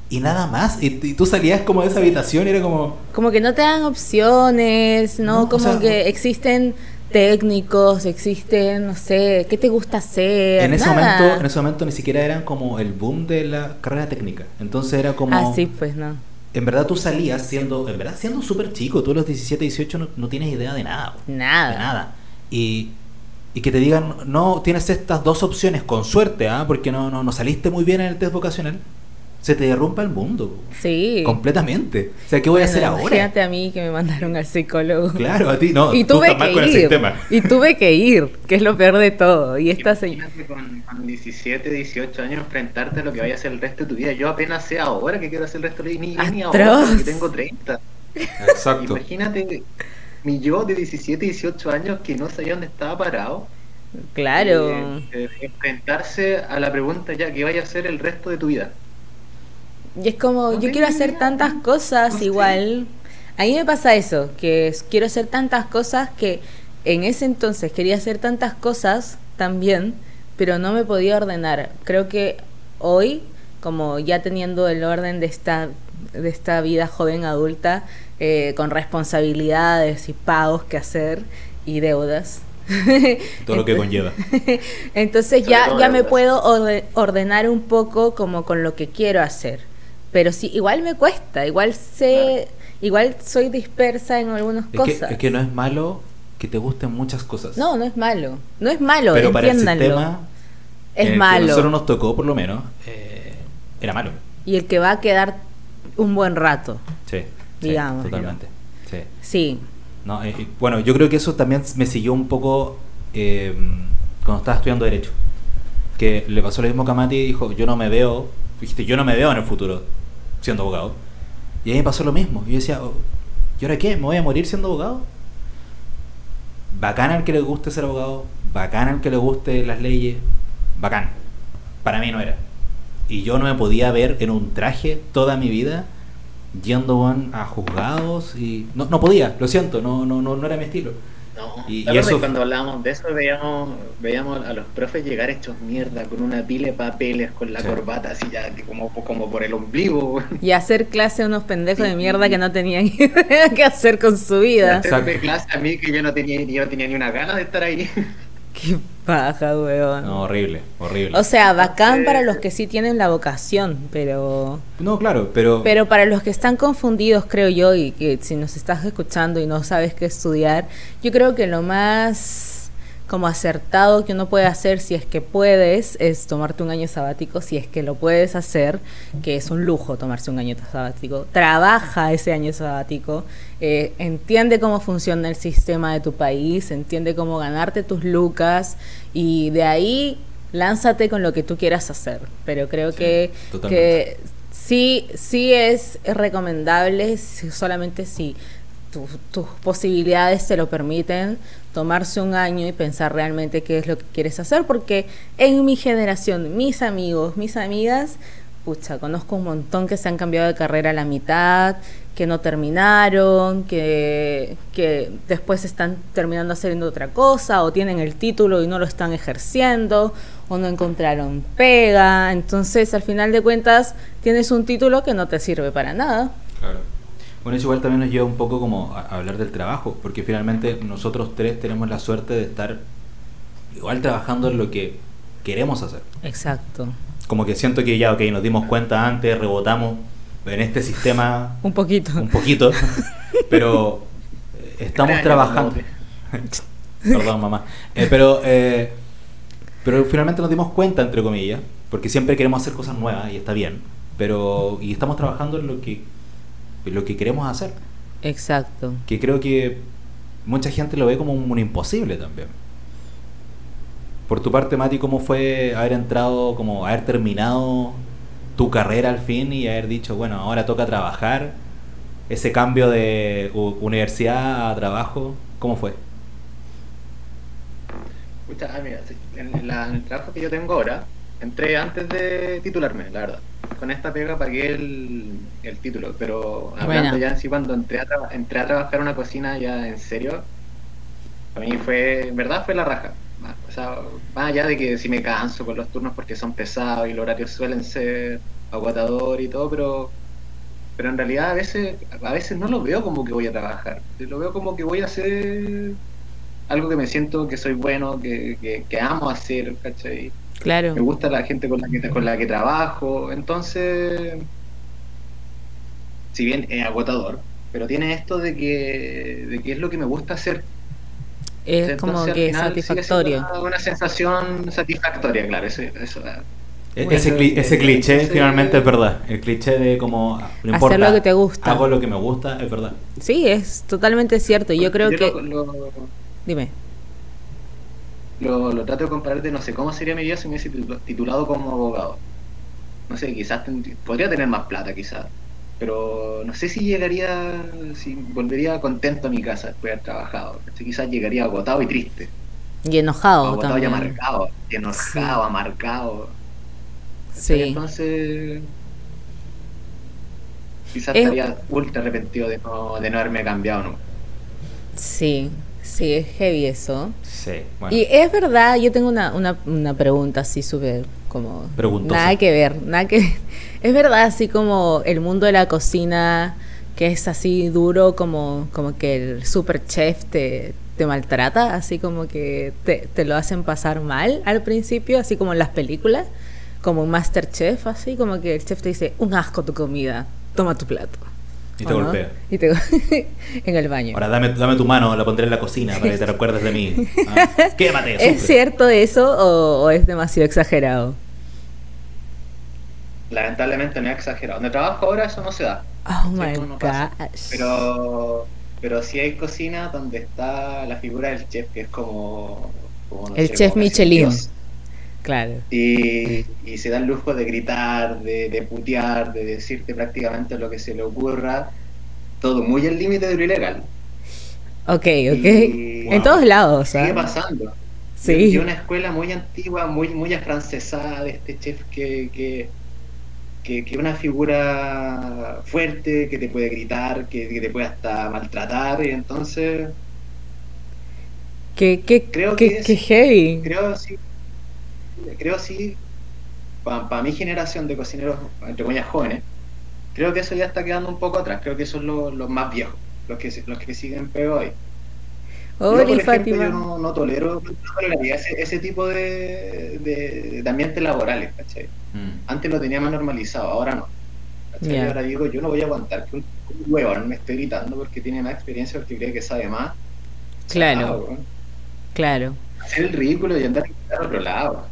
Speaker 2: Y nada más. Y, y tú salías como de esa habitación y era como...
Speaker 1: como que no te dan opciones, ¿no?
Speaker 2: No, o
Speaker 1: como
Speaker 2: sea,
Speaker 1: que
Speaker 2: no.
Speaker 1: existen técnicos, existen, no sé, ¿qué te gusta hacer?
Speaker 2: En ese,
Speaker 1: Eh, Nada.
Speaker 2: momento, en ese momento ni siquiera eran como el boom de la carrera técnica. Entonces era como...
Speaker 1: Ah, sí, pues no.
Speaker 2: En verdad tú salías siendo... En verdad siendo súper chico. Tú a los 17, 18 no, no tienes idea de nada. po.
Speaker 1: Nada.
Speaker 2: De nada. Y, y que te digan, no, tienes estas dos opciones, con suerte, ¿ah? porque no, no, no saliste muy bien en el test vocacional, se te derrumba el mundo.
Speaker 1: Sí.
Speaker 2: Completamente. O sea, ¿qué voy a hacer
Speaker 1: Bueno,
Speaker 2: ahora?
Speaker 1: Imagínate a mí que me mandaron al psicólogo.
Speaker 2: Claro, a ti no.
Speaker 1: y
Speaker 2: tú
Speaker 1: tuve
Speaker 2: estás mal
Speaker 1: que
Speaker 2: con el
Speaker 1: ir.
Speaker 2: sistema.
Speaker 1: Y tuve que ir, que es lo peor de todo. Y esta señora.
Speaker 3: Imagínate con, con 17, 18 años enfrentarte a lo que vaya a ser el resto de tu vida. Yo apenas sé ahora que quiero hacer el resto de mi vida. Ni, ni ahora,
Speaker 1: Atroz.
Speaker 3: que tengo 30.
Speaker 2: Exacto.
Speaker 3: Imagínate mi yo de 17, 18 años que no sabía dónde estaba parado.
Speaker 1: Claro.
Speaker 3: Eh, eh, enfrentarse a la pregunta ya que vaya a ser el resto de tu vida.
Speaker 1: Y es como,
Speaker 3: No
Speaker 1: yo
Speaker 3: tengo
Speaker 1: quiero hacer
Speaker 3: idea.
Speaker 1: tantas cosas
Speaker 3: No sé.
Speaker 1: igual. A mí me pasa eso, que es- quiero hacer tantas cosas que en ese entonces quería hacer tantas cosas también, pero no me podía ordenar. Creo que hoy, como ya teniendo el orden de esta, de esta vida joven adulta, eh, con responsabilidades y pagos que hacer y deudas.
Speaker 2: Todo lo que
Speaker 1: Entonces-
Speaker 2: conlleva.
Speaker 1: entonces
Speaker 3: Sobre
Speaker 1: ya,
Speaker 3: todo
Speaker 1: ya
Speaker 3: de
Speaker 1: me
Speaker 3: obras.
Speaker 1: puedo orde- ordenar un poco como con lo que quiero hacer. Pero sí, igual me cuesta, igual sé, igual soy dispersa en algunas
Speaker 2: Es que,
Speaker 1: cosas.
Speaker 2: es que no es malo que te gusten muchas cosas.
Speaker 1: No, no es malo, no es malo,
Speaker 2: pero para el
Speaker 1: entiéndanlo.
Speaker 2: sistema... en el
Speaker 1: es
Speaker 2: que
Speaker 1: malo.
Speaker 2: nosotros nos tocó, por lo menos, eh, era malo.
Speaker 1: Y el que va a quedar un buen rato,
Speaker 2: Sí. sí,
Speaker 1: Digamos.
Speaker 2: Totalmente. Sí.
Speaker 1: sí.
Speaker 2: No, eh, eh, bueno, yo creo que eso también me siguió un poco eh, cuando estaba estudiando Derecho. que le pasó lo mismo que a Mati y dijo, yo no me veo, dijiste, yo no me veo en el futuro siendo abogado. Y a mí me pasó lo mismo. Y yo decía, oh, ¿y ahora qué? ¿Me voy a morir siendo abogado? Bacán al que le guste ser abogado, bacán al que le guste las leyes, bacán. Para mí no era. Y yo no me podía ver en un traje toda mi vida yendo weón, a juzgados y no, no podía, lo siento, no, no, no, no era mi estilo.
Speaker 3: No,
Speaker 2: Y- y
Speaker 3: la verdad
Speaker 2: eso-
Speaker 3: es que cuando hablábamos de eso veíamos, veíamos a los profes llegar hechos mierda con una pila de papeles, con la
Speaker 2: Sí.
Speaker 3: corbata así ya que como, como por el ombligo. weón.
Speaker 1: Y hacer clase a unos pendejos de mierda que no tenían que hacer con su vida.
Speaker 3: Hacerme
Speaker 2: Exacto.
Speaker 3: clase a mí que yo no tenía, yo no tenía ni una gana de estar ahí.
Speaker 1: Qué paja, weón.
Speaker 2: No, horrible, horrible.
Speaker 1: Ah. O sea, bacán para los que sí tienen la vocación, pero...
Speaker 2: no, claro, pero,
Speaker 1: Pero para los que están confundidos, creo yo, y que si nos estás escuchando y no sabes qué estudiar, yo creo que lo más como acertado que uno puede hacer si es que puedes es tomarte un año sabático, si es que lo puedes hacer, que es un lujo tomarse un año sabático. Trabaja ese año sabático, eh, entiende cómo funciona el sistema de tu país, entiende cómo ganarte tus lucas y de ahí lánzate con lo que tú quieras hacer. Pero creo
Speaker 2: Sí,
Speaker 1: que-
Speaker 2: totalmente.
Speaker 1: que Sí, sí es recomendable si- solamente si tu- tus posibilidades te lo permiten tomarse un año y pensar realmente qué es lo que quieres hacer, porque en mi generación, mis amigos, mis amigas, pucha, conozco un montón que se han cambiado de carrera a la mitad, que no terminaron, que, que después están terminando haciendo otra cosa, o tienen el título y no lo están ejerciendo, o no encontraron pega, entonces al final de cuentas tienes un título que no te sirve para nada.
Speaker 2: Claro. Bueno, eso igual también nos lleva un poco como a, a hablar del trabajo, porque finalmente nosotros tres tenemos la suerte de estar igual trabajando en lo que queremos hacer.
Speaker 1: Exacto.
Speaker 2: Como que siento que ya, ok, nos dimos cuenta antes, rebotamos en este sistema
Speaker 1: Un poquito.
Speaker 2: un poquito, pero eh, estamos
Speaker 3: Araña,
Speaker 2: trabajando. Perdón, mamá. Eh, pero, eh, pero finalmente nos dimos cuenta, entre comillas, porque siempre queremos hacer cosas nuevas y está bien, pero y estamos trabajando en lo que, en lo que queremos hacer,
Speaker 1: Exacto.
Speaker 2: que creo que mucha gente lo ve como un, un imposible también. Por tu parte, Mati, ¿cómo fue haber entrado, como haber terminado tu carrera al fin y haber dicho, bueno, ahora toca trabajar? Ese cambio de u- universidad a trabajo, ¿cómo fue?
Speaker 3: Pucha, ah, mira, sí, en, la- en el trabajo que yo tengo ahora, entré antes de titularme, la verdad. Con esta pega pagué el, el título, pero hablando
Speaker 1: Buena.
Speaker 3: ya en sí, cuando entré a, traba- entré a trabajar en una cocina ya en serio, a mí fue, en verdad fue la raja. Ma- O sea, más allá de que si me canso con los turnos porque son pesados y los horarios suelen ser agotador y todo, pero pero en realidad a veces a veces no lo veo como que voy a trabajar, lo veo como que voy a hacer algo que me siento que soy bueno, que, que, que amo hacer, ¿cachai?
Speaker 1: Claro.
Speaker 3: Me gusta la gente con la que, con la que trabajo, entonces, si bien es agotador, pero tiene esto de que, de que es lo que me gusta hacer.
Speaker 1: Es
Speaker 3: Entonces,
Speaker 1: como
Speaker 3: al
Speaker 1: que
Speaker 3: final sigue siendo
Speaker 1: satisfactorio.
Speaker 3: Una, una sensación satisfactoria, claro, eso, eso
Speaker 2: E-
Speaker 1: Bueno,
Speaker 2: ese, cli- ese
Speaker 3: eh,
Speaker 2: cliché
Speaker 3: ese-
Speaker 2: finalmente es verdad. El cliché de como ah, no importa,
Speaker 1: lo que te gusta.
Speaker 2: Hago lo que me gusta, es verdad.
Speaker 1: Sí, es totalmente cierto. Yo creo que...
Speaker 3: lo- lo-
Speaker 1: Dime.
Speaker 3: lo, lo trato de comparar de no sé cómo sería mi vida si me hubiese titu- titulado como abogado. No sé, quizás ten- podría tener más plata, quizás. Pero no sé si llegaría, si volvería contento a mi casa después de haber trabajado. ¿cachai? Quizás llegaría agotado y triste.
Speaker 1: Y enojado
Speaker 3: agotado y
Speaker 1: también.
Speaker 3: amargado. Y enojado, amargado. ¿cachai?
Speaker 1: Sí.
Speaker 3: Entonces. Quizás
Speaker 1: Es-
Speaker 3: estaría ultra arrepentido de no, de no haberme cambiado nunca.
Speaker 1: Sí, sí, es heavy eso.
Speaker 2: Sí, bueno.
Speaker 1: Y es verdad, yo tengo una, una, una pregunta así súper como...
Speaker 2: Preguntosa.
Speaker 1: Nada que ver, nada que ver. Es verdad, así como el mundo de la cocina, que es así duro, como, como que el super chef te, te maltrata, así como que te, te lo hacen pasar mal al principio, así como en las películas, como un master chef, así como que el chef te dice, un asco tu comida, toma tu plato.
Speaker 2: Y
Speaker 1: ¿O
Speaker 2: te
Speaker 1: no?
Speaker 2: golpea.
Speaker 1: Y te go- en el baño.
Speaker 2: Ahora dame, dame tu mano, la pondré en la cocina para que te recuerdes de mí. Ah, quémate,
Speaker 1: ¿Es
Speaker 2: sufre.
Speaker 1: cierto eso o, o es demasiado exagerado?
Speaker 3: Lamentablemente no he exagerado. Donde trabajo ahora eso no se da.
Speaker 1: Oh
Speaker 3: Sí,
Speaker 1: my
Speaker 3: no, no pasa.
Speaker 1: gosh.
Speaker 3: Pero, pero sí hay cocinas donde está la figura del chef, que es como. como, no
Speaker 1: El chef
Speaker 3: como casi un
Speaker 1: Michelin.
Speaker 3: dios.
Speaker 1: Claro.
Speaker 3: Y, y se da el lujo de gritar, de, de putear, de decirte prácticamente lo que se le ocurra. Todo muy al límite de lo ilegal.
Speaker 1: Ok, ok.
Speaker 3: Y-
Speaker 1: En todos lados,
Speaker 3: Sigue
Speaker 1: ¿ah?
Speaker 3: pasando.
Speaker 1: Sí.
Speaker 3: Y una escuela muy antigua, muy, muy afrancesada de este chef que, que, que, que una figura fuerte, que te puede gritar, que, que te puede hasta maltratar. Y entonces,
Speaker 1: Qué, qué,
Speaker 3: creo
Speaker 1: qué-
Speaker 3: que es-
Speaker 1: qué heavy.
Speaker 3: creo sí, creo sí, para mi generación de cocineros, entre comillas, jóvenes, creo que eso ya está quedando un poco atrás. Creo que son los, los más viejos, los que, se- los que siguen peor hoy. Yo,
Speaker 1: Hola,
Speaker 3: por ejemplo,
Speaker 1: Fátima.
Speaker 3: yo no, no tolero no toleraría ese, ese tipo de, de, de ambientes laborales, ¿cachai?
Speaker 2: Mm.
Speaker 3: Antes lo tenía más normalizado, ahora no. ¿cachai?
Speaker 1: Ya.
Speaker 3: Y Ahora digo, yo no voy a aguantar que un un huevón me esté gritando porque tiene más experiencia, porque cree que sabe más. Ah,
Speaker 1: Claro,
Speaker 3: weón.
Speaker 1: claro.
Speaker 3: Hacer el ridículo y andar a otro lado.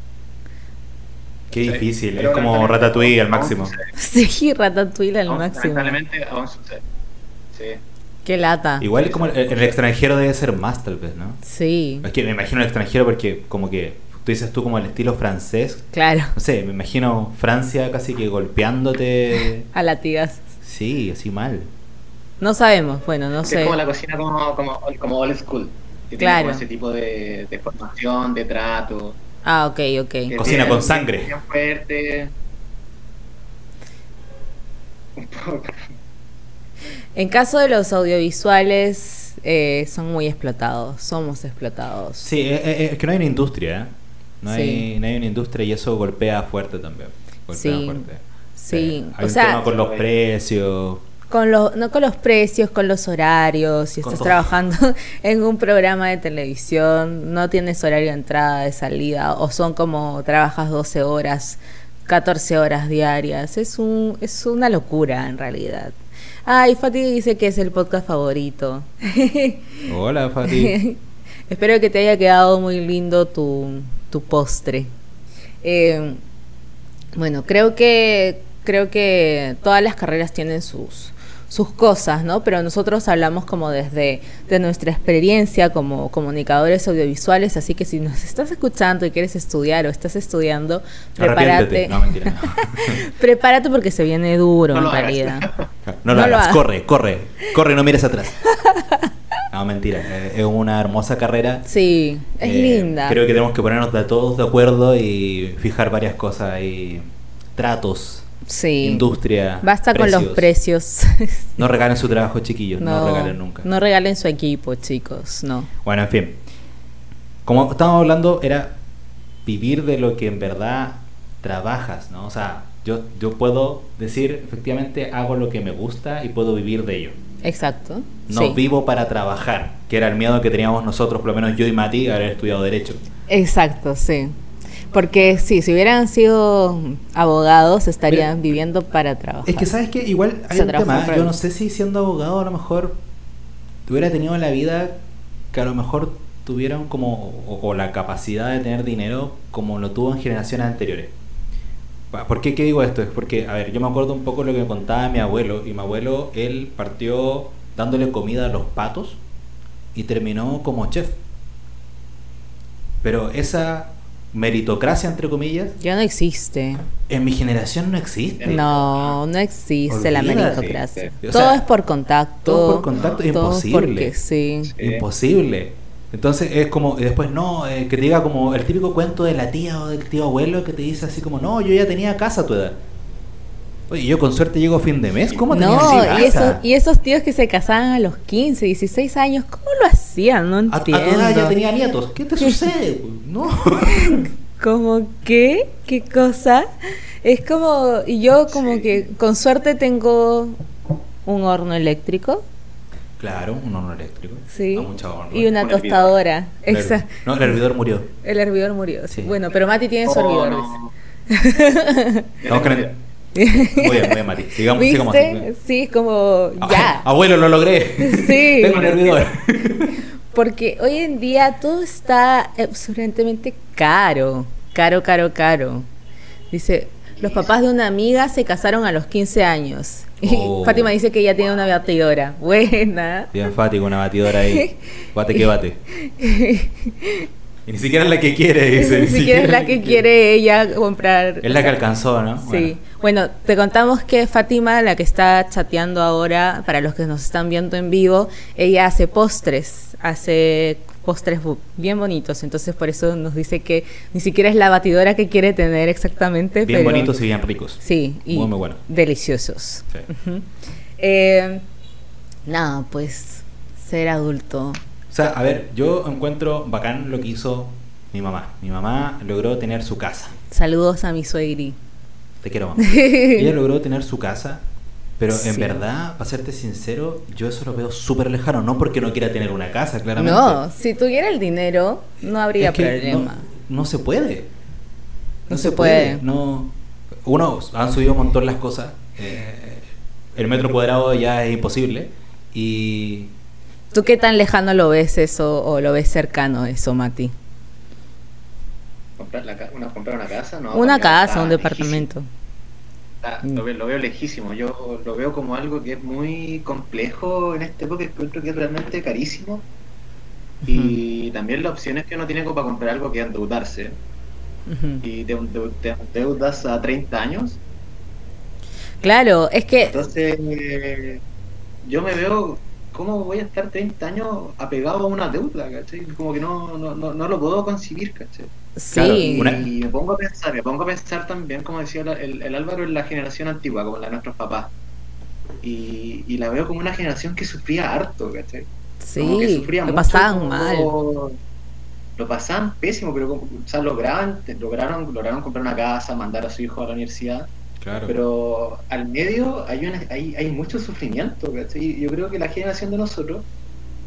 Speaker 2: Qué
Speaker 3: Sí,
Speaker 2: difícil,
Speaker 3: pero
Speaker 2: es como
Speaker 3: lamentablemente
Speaker 2: Ratatouille al
Speaker 3: aún
Speaker 2: máximo.
Speaker 3: sucede,
Speaker 1: Sí, Ratatouille al
Speaker 3: aún-
Speaker 1: máximo.
Speaker 3: Lamentablemente aún sucede. Sí.
Speaker 1: Qué lata.
Speaker 2: Igual como el, el extranjero debe ser más tal vez, ¿no?
Speaker 1: Sí,
Speaker 2: Es que me imagino el extranjero porque como que tú dices tú como el estilo francés,
Speaker 1: claro.
Speaker 2: no sé, me imagino Francia casi que golpeándote,
Speaker 1: A latigas.
Speaker 2: sí, así mal.
Speaker 1: No sabemos, bueno, no
Speaker 3: Es
Speaker 1: sé.
Speaker 3: como la cocina como, como, como old school. Que tiene
Speaker 1: Claro.
Speaker 3: como ese tipo de, de formación, de trato.
Speaker 1: Ah, ok, ok.
Speaker 2: Cocina
Speaker 3: tiene
Speaker 2: con
Speaker 3: un
Speaker 2: sangre.
Speaker 3: bien fuerte. Un poco.
Speaker 1: En caso de los audiovisuales, eh, son muy explotados. Somos explotados.
Speaker 2: Sí, eh, eh, es que no hay una industria, ¿eh? No,
Speaker 1: Sí.
Speaker 2: hay, no hay una industria y eso golpea fuerte también. Golpea
Speaker 1: Sí,
Speaker 2: fuerte. Eh,
Speaker 1: sí,
Speaker 2: Hay
Speaker 1: o
Speaker 2: un
Speaker 1: sea-
Speaker 2: tema con los precios.
Speaker 1: Con los, no con los precios, con los horarios. Si
Speaker 2: Con
Speaker 1: estás
Speaker 2: todo.
Speaker 1: trabajando en un programa de televisión, no tienes horario de entrada, de salida, o son como trabajas 12 horas, 14 horas diarias. Es, un, es una locura en realidad. Ay, Fati dice que es el podcast favorito.
Speaker 2: Hola, Fati.
Speaker 1: Espero que te haya quedado muy lindo tu, tu postre. Eh, bueno, creo que creo que todas las carreras tienen sus sus cosas, ¿no? Pero nosotros hablamos como desde de nuestra experiencia como comunicadores audiovisuales, así que si nos estás escuchando y quieres estudiar o estás estudiando, prepárate,
Speaker 2: Arrepiéntete. No, mentira.
Speaker 1: prepárate porque se viene duro
Speaker 3: No
Speaker 1: en
Speaker 3: lo hagas.
Speaker 1: realidad. No
Speaker 2: No, lo
Speaker 1: lo
Speaker 2: hagas.
Speaker 1: hagas.
Speaker 2: Corre, corre. Corre, no mires atrás. No, mentira. eh, Es una hermosa carrera.
Speaker 1: Sí, es
Speaker 2: Eh,
Speaker 1: linda.
Speaker 2: Creo que tenemos que ponernos de todos de acuerdo y fijar varias cosas ahí. Tratos,
Speaker 1: sí.
Speaker 2: industria.
Speaker 1: Basta con los precios.
Speaker 2: No regalen su trabajo, chiquillos. No, regalen nunca.
Speaker 1: No regalen su equipo, chicos, no.
Speaker 2: Bueno, en fin. Como estábamos hablando, era vivir de lo que en verdad trabajas, ¿no? O sea, yo, yo puedo decir, efectivamente, hago lo que me gusta y puedo vivir de ello.
Speaker 1: Exacto.
Speaker 2: No
Speaker 1: sí.
Speaker 2: vivo para trabajar, que era el miedo que teníamos nosotros, por lo menos yo y Mati, de haber estudiado Derecho.
Speaker 1: Exacto, sí. Porque sí, si hubieran sido abogados estarían
Speaker 2: Mira,
Speaker 1: viviendo para trabajar.
Speaker 2: Es que, ¿sabes qué? Igual hay
Speaker 1: Se
Speaker 2: un
Speaker 1: trabaja
Speaker 2: tema.
Speaker 1: para
Speaker 2: Yo
Speaker 1: él.
Speaker 2: no sé si siendo abogado a lo mejor hubiera tenido la vida que a lo mejor tuvieron como, o, o la capacidad de tener dinero como lo tuvo en generaciones anteriores. Pa- ¿Por qué, qué digo esto? Es porque, a ver, yo me acuerdo un poco lo que me contaba mi abuelo, y mi abuelo, él partió dándole comida a los patos y terminó como chef. Pero esa meritocracia, entre comillas,
Speaker 1: Ya no existe.
Speaker 2: en mi generación no existe.
Speaker 1: No, no existe la
Speaker 2: Olvídate.
Speaker 1: meritocracia.
Speaker 2: O sea,
Speaker 1: todo es por contacto.
Speaker 2: todo por contacto, es
Speaker 1: todo
Speaker 2: imposible.
Speaker 1: porque sí.
Speaker 3: Sí.
Speaker 2: Imposible. Entonces es como, y después no, eh, que te diga como el típico cuento de la tía o del tío abuelo que te dice así como, no, yo ya tenía casa a tu edad. Oye, yo con suerte llego a fin de mes, ¿cómo tenías
Speaker 1: No, y, esos,
Speaker 2: casa?
Speaker 1: y esos tíos que se casaban a los 15, 16 años, ¿cómo lo hacían? No
Speaker 2: A, a tu
Speaker 1: entiendo.
Speaker 2: edad ya tenía nietos, ¿qué te sucede? No.
Speaker 1: Como que, qué cosa. Es como, y yo como
Speaker 3: Sí.
Speaker 1: que con suerte tengo un horno eléctrico,
Speaker 2: claro, un horno eléctrico.
Speaker 1: sí,
Speaker 2: A mucha honra.
Speaker 1: y una
Speaker 3: Un hervidor.
Speaker 1: tostadora.
Speaker 2: El-
Speaker 1: Exa-
Speaker 2: No, el hervidor murió.
Speaker 1: El hervidor murió. sí.
Speaker 2: Sí.
Speaker 1: Bueno, pero Mati tiene su
Speaker 3: Oh,
Speaker 1: hervidor.
Speaker 3: no.
Speaker 2: Estamos con el- Muy bien, muy bien, Mati. Sigamos,
Speaker 1: ¿Viste?
Speaker 2: sigamos así.
Speaker 1: Sí, es como
Speaker 2: Ah.
Speaker 1: ya.
Speaker 2: Abuelo, lo logré.
Speaker 1: Sí.
Speaker 2: Tengo un hervidor.
Speaker 1: Porque hoy en día todo está absolutamente caro, caro, caro, caro. Dice, los papás de una amiga se casaron a los 15 años. Y
Speaker 2: Oh.
Speaker 1: Fátima dice que ella tiene una batidora. Buena.
Speaker 2: Bien fático, una batidora ahí. Bate que bate. Y ni siquiera es la que quiere, dice.
Speaker 1: Ni siquiera es la que quiere ella comprar.
Speaker 2: Es la que alcanzó, ¿no?
Speaker 1: Sí. Bueno, te contamos que Fátima, la que está chateando ahora, para los que nos están viendo en vivo, ella hace postres, hace postres bu- bien bonitos, entonces por eso nos dice que ni siquiera es la batidora que quiere tener exactamente.
Speaker 2: Bueno, bien
Speaker 1: pero-
Speaker 2: bonitos y bien ricos.
Speaker 1: Sí, y
Speaker 2: Muy, muy bueno.
Speaker 1: deliciosos.
Speaker 2: Sí.
Speaker 1: Ujú. Eh, nada, pues ser adulto.
Speaker 2: O sea, a ver, yo encuentro bacán lo que hizo mi mamá. Mi mamá logró tener su casa.
Speaker 1: Saludos a mi suegri.
Speaker 2: Te quiero, mamá. Ella logró tener su casa, pero en
Speaker 1: Sí.
Speaker 2: verdad, para serte sincero, yo eso lo veo súper lejano. No porque no quiera tener una casa, claramente.
Speaker 1: No, si tuviera el dinero, no habría
Speaker 2: Es que
Speaker 1: problema.
Speaker 2: No, no se puede.
Speaker 1: No se puede.
Speaker 2: No. Uno, han subido un montón las cosas. eh, el metro cuadrado ya es imposible. Y
Speaker 1: ¿Tú qué tan lejano lo ves eso o lo ves cercano eso, Mati?
Speaker 3: Comprar, la ca- una, comprar una casa,
Speaker 1: Una
Speaker 3: no. también
Speaker 1: casa,
Speaker 3: está
Speaker 1: un
Speaker 3: lejísimo.
Speaker 1: departamento.
Speaker 3: Está-
Speaker 1: Mm.
Speaker 3: lo, ve- lo veo lejísimo. Yo lo veo como algo que es muy complejo en este época. Encuentro que es realmente carísimo. Y también las opciones que uno tiene como para comprar algo que es endeudarse.
Speaker 1: Ujú.
Speaker 3: Y te, endeu- te endeudas a 30 años.
Speaker 1: Claro, es que
Speaker 3: Entonces, eh, yo me veo, ¿cómo voy a estar 30 años apegado a una deuda? ¿cachai? Como que no, no, no, no lo puedo concebir, ¿cachai?
Speaker 2: Claro,
Speaker 1: sí.
Speaker 2: una-
Speaker 3: Y me pongo a pensar, me pongo a pensar también, como decía la- el, el Álvaro, en la generación antigua, como la de nuestros papás. Y, y la veo como una generación que sufría harto, ¿cachai? Como que
Speaker 1: sí,
Speaker 3: sufría
Speaker 1: lo
Speaker 3: mucho,
Speaker 1: pasaban
Speaker 3: como-
Speaker 1: mal.
Speaker 3: Lo pasaban pésimo, pero como- o sea, lograban, lograron, lograron comprar una casa, mandar a su hijo a la universidad.
Speaker 2: claro.
Speaker 3: Pero al medio hay, una- hay, hay mucho sufrimiento, ¿cachai? Y yo creo que la generación de nosotros,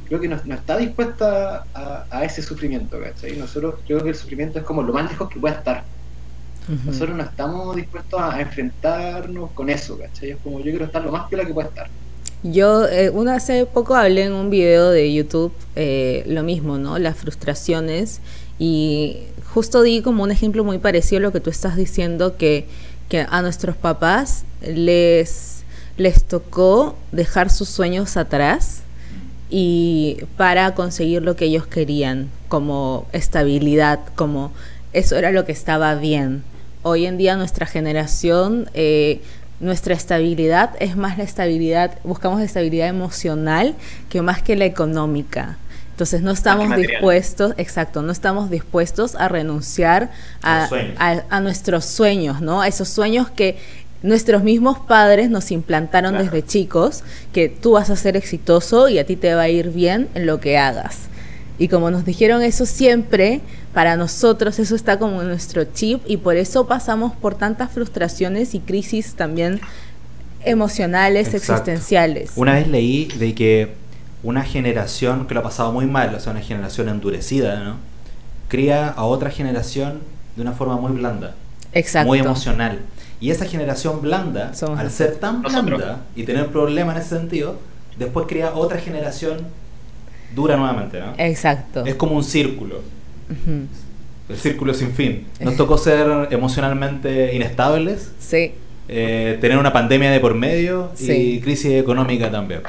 Speaker 3: creo que no, no está dispuesta a, a ese sufrimiento, ¿cachai? Nosotros, yo creo que el sufrimiento es como lo más lejos que pueda estar.
Speaker 1: Ujú.
Speaker 3: Nosotros no estamos dispuestos a, a enfrentarnos con eso, ¿cachai? Es como yo quiero estar lo más piola que pueda estar.
Speaker 1: Yo, eh, una hace poco hablé en un video de YouTube eh, lo mismo, ¿no? Las frustraciones. Y justo di como un ejemplo muy parecido a lo que tú estás diciendo, que, que a nuestros papás les, les tocó dejar sus sueños atrás y para conseguir lo que ellos querían, como estabilidad, como eso era lo que estaba bien. Hoy en día nuestra generación, eh, nuestra estabilidad es más la estabilidad, buscamos la estabilidad emocional que más que la económica. Entonces no estamos
Speaker 3: material.
Speaker 1: dispuestos, exacto, no estamos dispuestos a renunciar a,
Speaker 2: Los sueños.
Speaker 1: a- a nuestros sueños, ¿no? A esos sueños que nuestros mismos padres nos implantaron
Speaker 3: Claro.
Speaker 1: desde chicos, que tú vas a ser exitoso y a ti te va a ir bien en lo que hagas. Y como nos dijeron eso siempre, para nosotros eso está como en nuestro chip y por eso pasamos por tantas frustraciones y crisis también emocionales,
Speaker 2: Exacto.
Speaker 1: existenciales.
Speaker 2: Una vez leí de que una generación que lo ha pasado muy mal, o sea, una generación endurecida, ¿no? Cría a otra generación de una forma muy blanda,
Speaker 1: Exacto.
Speaker 2: muy emocional. Y esa generación blanda,
Speaker 1: Somos
Speaker 2: al ser tan blanda
Speaker 3: Nosotros.
Speaker 2: y tener problemas en ese sentido, después crea otra generación dura nuevamente, ¿no?
Speaker 1: Exacto.
Speaker 2: Es como un círculo,
Speaker 1: Ujú.
Speaker 2: el círculo sin fin. Nos tocó ser emocionalmente inestables,
Speaker 1: Sí.
Speaker 2: eh, tener una pandemia de por medio
Speaker 1: Sí.
Speaker 2: y crisis económica también.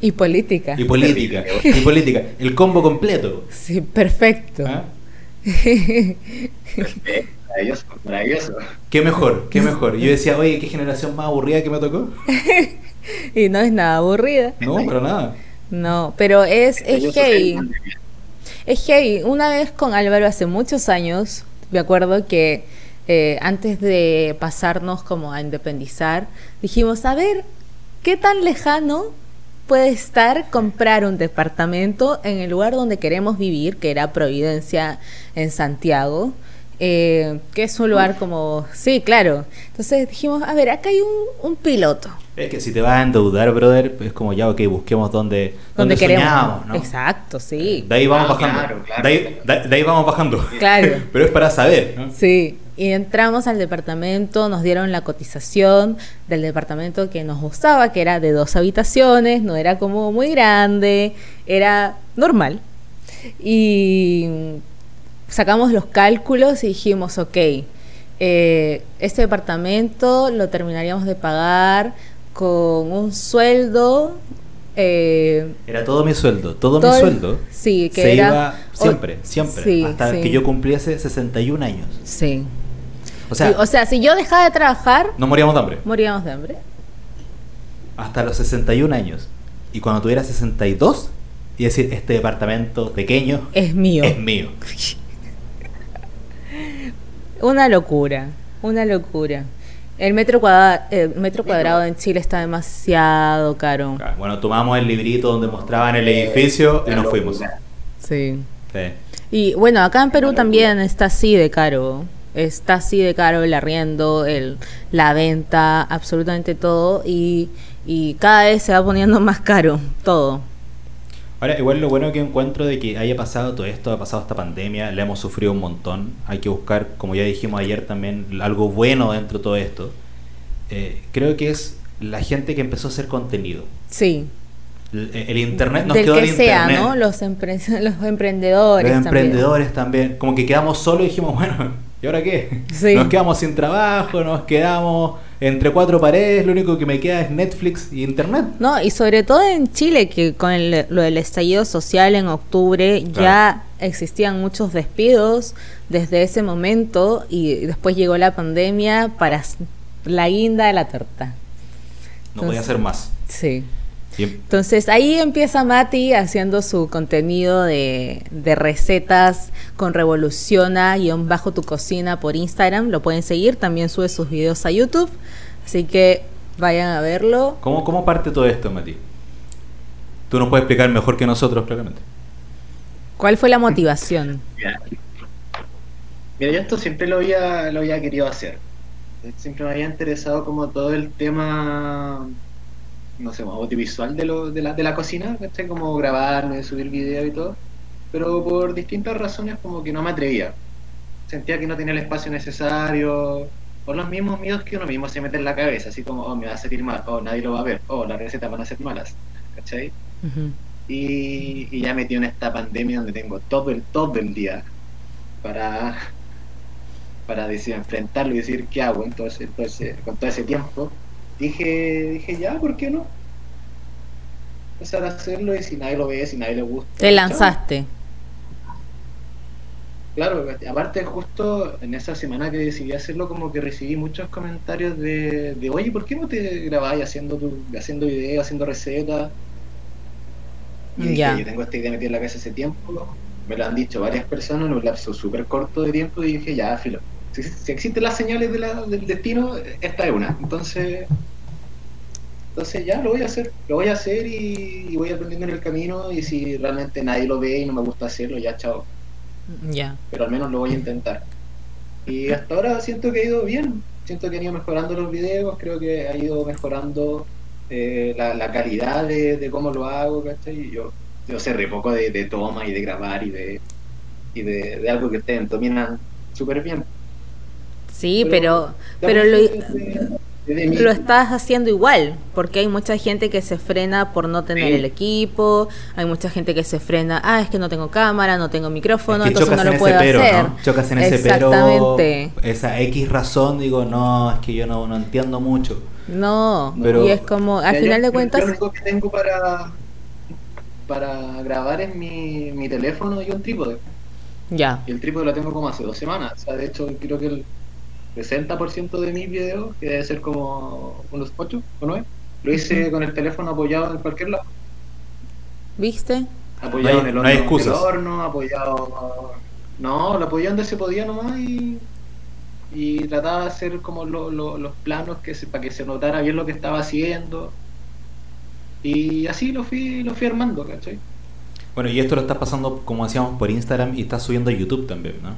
Speaker 1: Y política.
Speaker 2: Y política, y política. El combo completo.
Speaker 1: Sí, perfecto.
Speaker 2: ¿Ah?
Speaker 3: Maravilloso, maravilloso.
Speaker 2: ¿Qué mejor? ¿Qué mejor? Yo decía, oye, ¿qué generación más aburrida que me tocó? ¿Eh?
Speaker 1: y no es nada aburrida.
Speaker 2: No, para nada.
Speaker 1: No, pero es,
Speaker 3: Yo
Speaker 1: es
Speaker 3: soy
Speaker 1: heavy.
Speaker 3: el-
Speaker 1: Es heavy. Una vez con Álvaro hace muchos años, me acuerdo que eh, antes de pasarnos como a independizar, dijimos, a ver, ¿qué tan lejano puede estar comprar un departamento en el lugar donde queremos vivir, que era Providencia en Santiago? eh, que es un lugar como... Sí, claro. Entonces dijimos, a ver, acá hay un, un piloto.
Speaker 2: Es que si te vas a endeudar, brother, es como ya, ok, busquemos donde,
Speaker 1: Donde queremos.
Speaker 2: soñábamos, ¿no?
Speaker 1: Exacto, sí.
Speaker 2: De ahí vamos
Speaker 3: Ah,
Speaker 2: bajando.
Speaker 3: claro, claro.
Speaker 2: de, ahí, de- de ahí vamos bajando.
Speaker 1: Claro.
Speaker 2: Pero es para saber, ¿no?
Speaker 1: Sí, y entramos al departamento, nos dieron la cotización del departamento que nos gustaba, que era de dos habitaciones, no era como muy grande, era normal. Y sacamos los cálculos y dijimos, ok, eh, este departamento lo terminaríamos de pagar con un sueldo eh,
Speaker 2: Era todo mi sueldo, todo,
Speaker 1: Todo
Speaker 2: mi
Speaker 1: el-
Speaker 2: sueldo.
Speaker 1: sí, que
Speaker 2: se
Speaker 1: era-
Speaker 2: iba
Speaker 1: o-
Speaker 2: siempre, siempre,
Speaker 1: sí,
Speaker 2: hasta
Speaker 1: sí.
Speaker 2: que yo cumpliese 61 años.
Speaker 1: sí.
Speaker 2: O sea,
Speaker 1: Sí, o sea, si yo dejaba de trabajar,
Speaker 2: no moríamos de hambre.
Speaker 1: moríamos de hambre.
Speaker 2: Hasta los 61 años. Y cuando tuviera 62, y decir, este departamento pequeño
Speaker 1: Es mío.
Speaker 2: es mío.
Speaker 1: Una locura, una locura. El metro, cuadra- el metro cuadrado en Chile está demasiado caro.
Speaker 2: Bueno, tomamos el librito donde mostraban el edificio y nos fuimos.
Speaker 1: Sí.
Speaker 2: Sí.
Speaker 1: Y bueno, acá en Perú también está así de caro. Está así de caro el arriendo, el, la venta, absolutamente todo. Y, y cada vez se va poniendo más caro todo.
Speaker 2: Ahora, igual lo bueno que encuentro de que haya pasado todo esto, ha pasado esta pandemia, la hemos sufrido un montón. Hay que buscar, como ya dijimos ayer también, algo bueno dentro de todo esto. Eh, creo que es la gente que empezó a hacer contenido.
Speaker 1: Sí.
Speaker 2: El, el internet nos
Speaker 1: Del
Speaker 2: quedó
Speaker 1: que
Speaker 2: el
Speaker 1: sea,
Speaker 2: internet.
Speaker 1: ¿no? Los, empre- los emprendedores.
Speaker 2: Los
Speaker 1: también.
Speaker 2: emprendedores también. Como que quedamos solos y dijimos, bueno, ¿y ahora qué?
Speaker 1: Sí.
Speaker 2: Nos quedamos sin trabajo, nos quedamos entre cuatro paredes, lo único que me queda es Netflix y internet.
Speaker 1: No, y sobre todo en Chile, que con el- lo del estallido social en octubre
Speaker 2: Claro.
Speaker 1: ya existían muchos despidos desde ese momento y después llegó la pandemia para s- la guinda de la torta.
Speaker 2: No
Speaker 1: Entonces-
Speaker 2: podía hacer más.
Speaker 1: Sí.
Speaker 2: Y-
Speaker 1: Entonces ahí empieza Mati haciendo su contenido de, de recetas con revoluciona guión bajo tu cocina por Instagram. Lo pueden seguir, también sube sus videos a YouTube. Así que vayan a verlo.
Speaker 2: ¿Cómo, ¿Cómo parte todo esto, Mati? Tú nos puedes explicar mejor que nosotros, claramente.
Speaker 1: ¿Cuál fue la motivación?
Speaker 3: Mira, Mira, yo esto siempre lo había, lo había querido hacer. Siempre me había interesado como todo el tema, no sé, audiovisual de, lo, de, la, de la cocina, ¿cachai? Como grabarme, subir video y todo. Pero por distintas razones como que no me atrevía. Sentía que no tenía el espacio necesario, por los mismos miedos que uno mismo se mete en la cabeza, así como, oh, me va a salir mal, oh, nadie lo va a ver, oh, las recetas van a ser malas, ¿cachai?
Speaker 1: Ujú.
Speaker 3: y, y ya metido en esta pandemia donde tengo todo el todo el día para para decir enfrentarlo y decir qué hago entonces entonces con todo ese tiempo dije dije ya por qué no empezar a hacerlo y si nadie lo ve si nadie le gusta
Speaker 1: Te
Speaker 3: chao.
Speaker 1: lanzaste.
Speaker 3: Claro, aparte justo en esa semana que decidí hacerlo como que recibí muchos comentarios de, de oye, ¿por qué no te grabáis haciendo tu, haciendo videos, haciendo recetas? Y dije,
Speaker 1: Ya.
Speaker 3: yo tengo esta idea metida en la cabeza hace tiempo, me lo han dicho varias personas en un lapso súper corto de tiempo y dije, ya, filo, si, si existen las señales de la- del destino, esta es una. Entonces, entonces ya lo voy a hacer, lo voy a hacer y, y voy aprendiendo en el camino y si realmente nadie lo ve y no me gusta hacerlo, ya chao
Speaker 1: Ya.
Speaker 3: pero al menos lo voy a intentar. Y hasta ahora siento que ha ido bien, siento que han ido mejorando los videos, creo que ha ido mejorando eh, la, la calidad de, de cómo lo hago, ¿cachai? Yo, yo sé re poco de, de toma y de grabar y de, y de, de algo que ustedes dominan súper bien.
Speaker 1: Sí, pero
Speaker 3: Pero-
Speaker 1: pero lo,
Speaker 3: Desde- desde mi-
Speaker 1: lo estás haciendo igual, porque hay mucha gente que se frena por no tener
Speaker 3: Sí.
Speaker 1: el equipo, hay mucha gente que se frena, ah, es que no tengo cámara, no tengo micrófono,
Speaker 2: Es que
Speaker 1: entonces no lo puedo hacer.
Speaker 2: ¿no? Chocas en ese pero.
Speaker 1: Exactamente.
Speaker 2: Esa X razón, digo, no, es que yo no, no entiendo mucho.
Speaker 1: No,
Speaker 2: Pero-
Speaker 1: y es como, al
Speaker 3: Ya, yo-
Speaker 1: final de
Speaker 3: yo-
Speaker 1: cuentas,
Speaker 3: Lo único que tengo para, para grabar es mi, mi teléfono y un trípode.
Speaker 1: ya.
Speaker 3: Y el trípode lo tengo como hace dos semanas. O sea, de hecho, creo que el 60% de mis videos, que debe ser como unos 8 o 9, lo hice con el teléfono apoyado en cualquier lado.
Speaker 1: ¿Viste?
Speaker 3: Apoyado
Speaker 2: No hay-
Speaker 3: en el
Speaker 2: no
Speaker 3: horno,
Speaker 2: hay
Speaker 3: en el
Speaker 2: excusas.
Speaker 3: horno, apoyado. No, lo apoyé donde se podía nomás y, y trataba de hacer como lo- lo- los planos que se, para que se notara bien lo que estaba haciendo. Y así lo fui, lo fui armando, ¿cachai?
Speaker 2: Bueno, y esto lo estás pasando, como decíamos, por Instagram y estás subiendo a YouTube también, ¿no?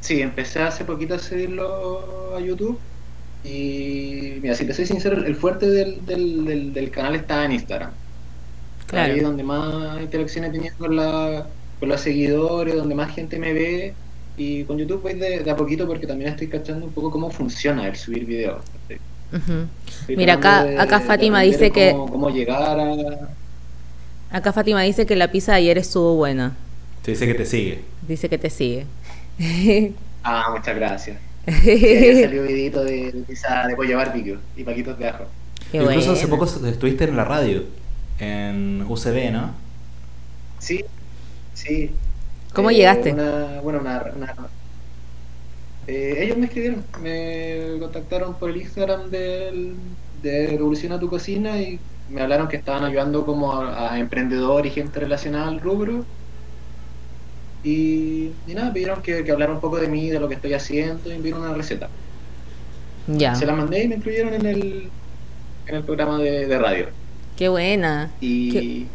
Speaker 3: Sí, empecé hace poquito a subirlo a YouTube. Y mira, si te soy sincero, el fuerte del, del, del, del canal estaba en Instagram.
Speaker 1: Claro.
Speaker 3: Ahí donde más interacciones tenía con, la, con los seguidores, donde más gente me ve. Y con YouTube voy de, de a poquito porque también estoy cachando un poco cómo funciona el subir videos.
Speaker 1: Ujú.
Speaker 3: Estoy
Speaker 1: Mira, acá-
Speaker 3: tratando de-
Speaker 1: acá
Speaker 3: de
Speaker 1: Fátima
Speaker 3: aprender
Speaker 1: dice que-
Speaker 3: Cómo, cómo llegar a.
Speaker 1: Acá Fátima dice que la pizza de ayer estuvo buena,
Speaker 2: Te dice que te sigue.
Speaker 1: dice que te sigue.
Speaker 3: Ah, muchas gracias. Sí, ayer salió videito de, de pizza de pollo barbecue y paquitos de ajo.
Speaker 1: Qué
Speaker 2: Incluso hace
Speaker 1: buena.
Speaker 2: poco estuviste en la radio, en UCB, ¿no?
Speaker 3: Sí, sí. Eh,
Speaker 1: ¿Cómo llegaste?
Speaker 3: una- bueno, una- una- Eh, ellos me escribieron, me contactaron por el Instagram del, de Revoluciona tu Cocina y me hablaron que estaban ayudando como a, a emprendedores y gente relacionada al rubro. Y, y nada, pidieron que, que hablara un poco de mí, de lo que estoy haciendo, y me enviaron una receta.
Speaker 1: Ya.
Speaker 3: Se la mandé y me incluyeron en el, en el programa de, de radio.
Speaker 1: Qué buena.
Speaker 3: Y,
Speaker 1: Qué-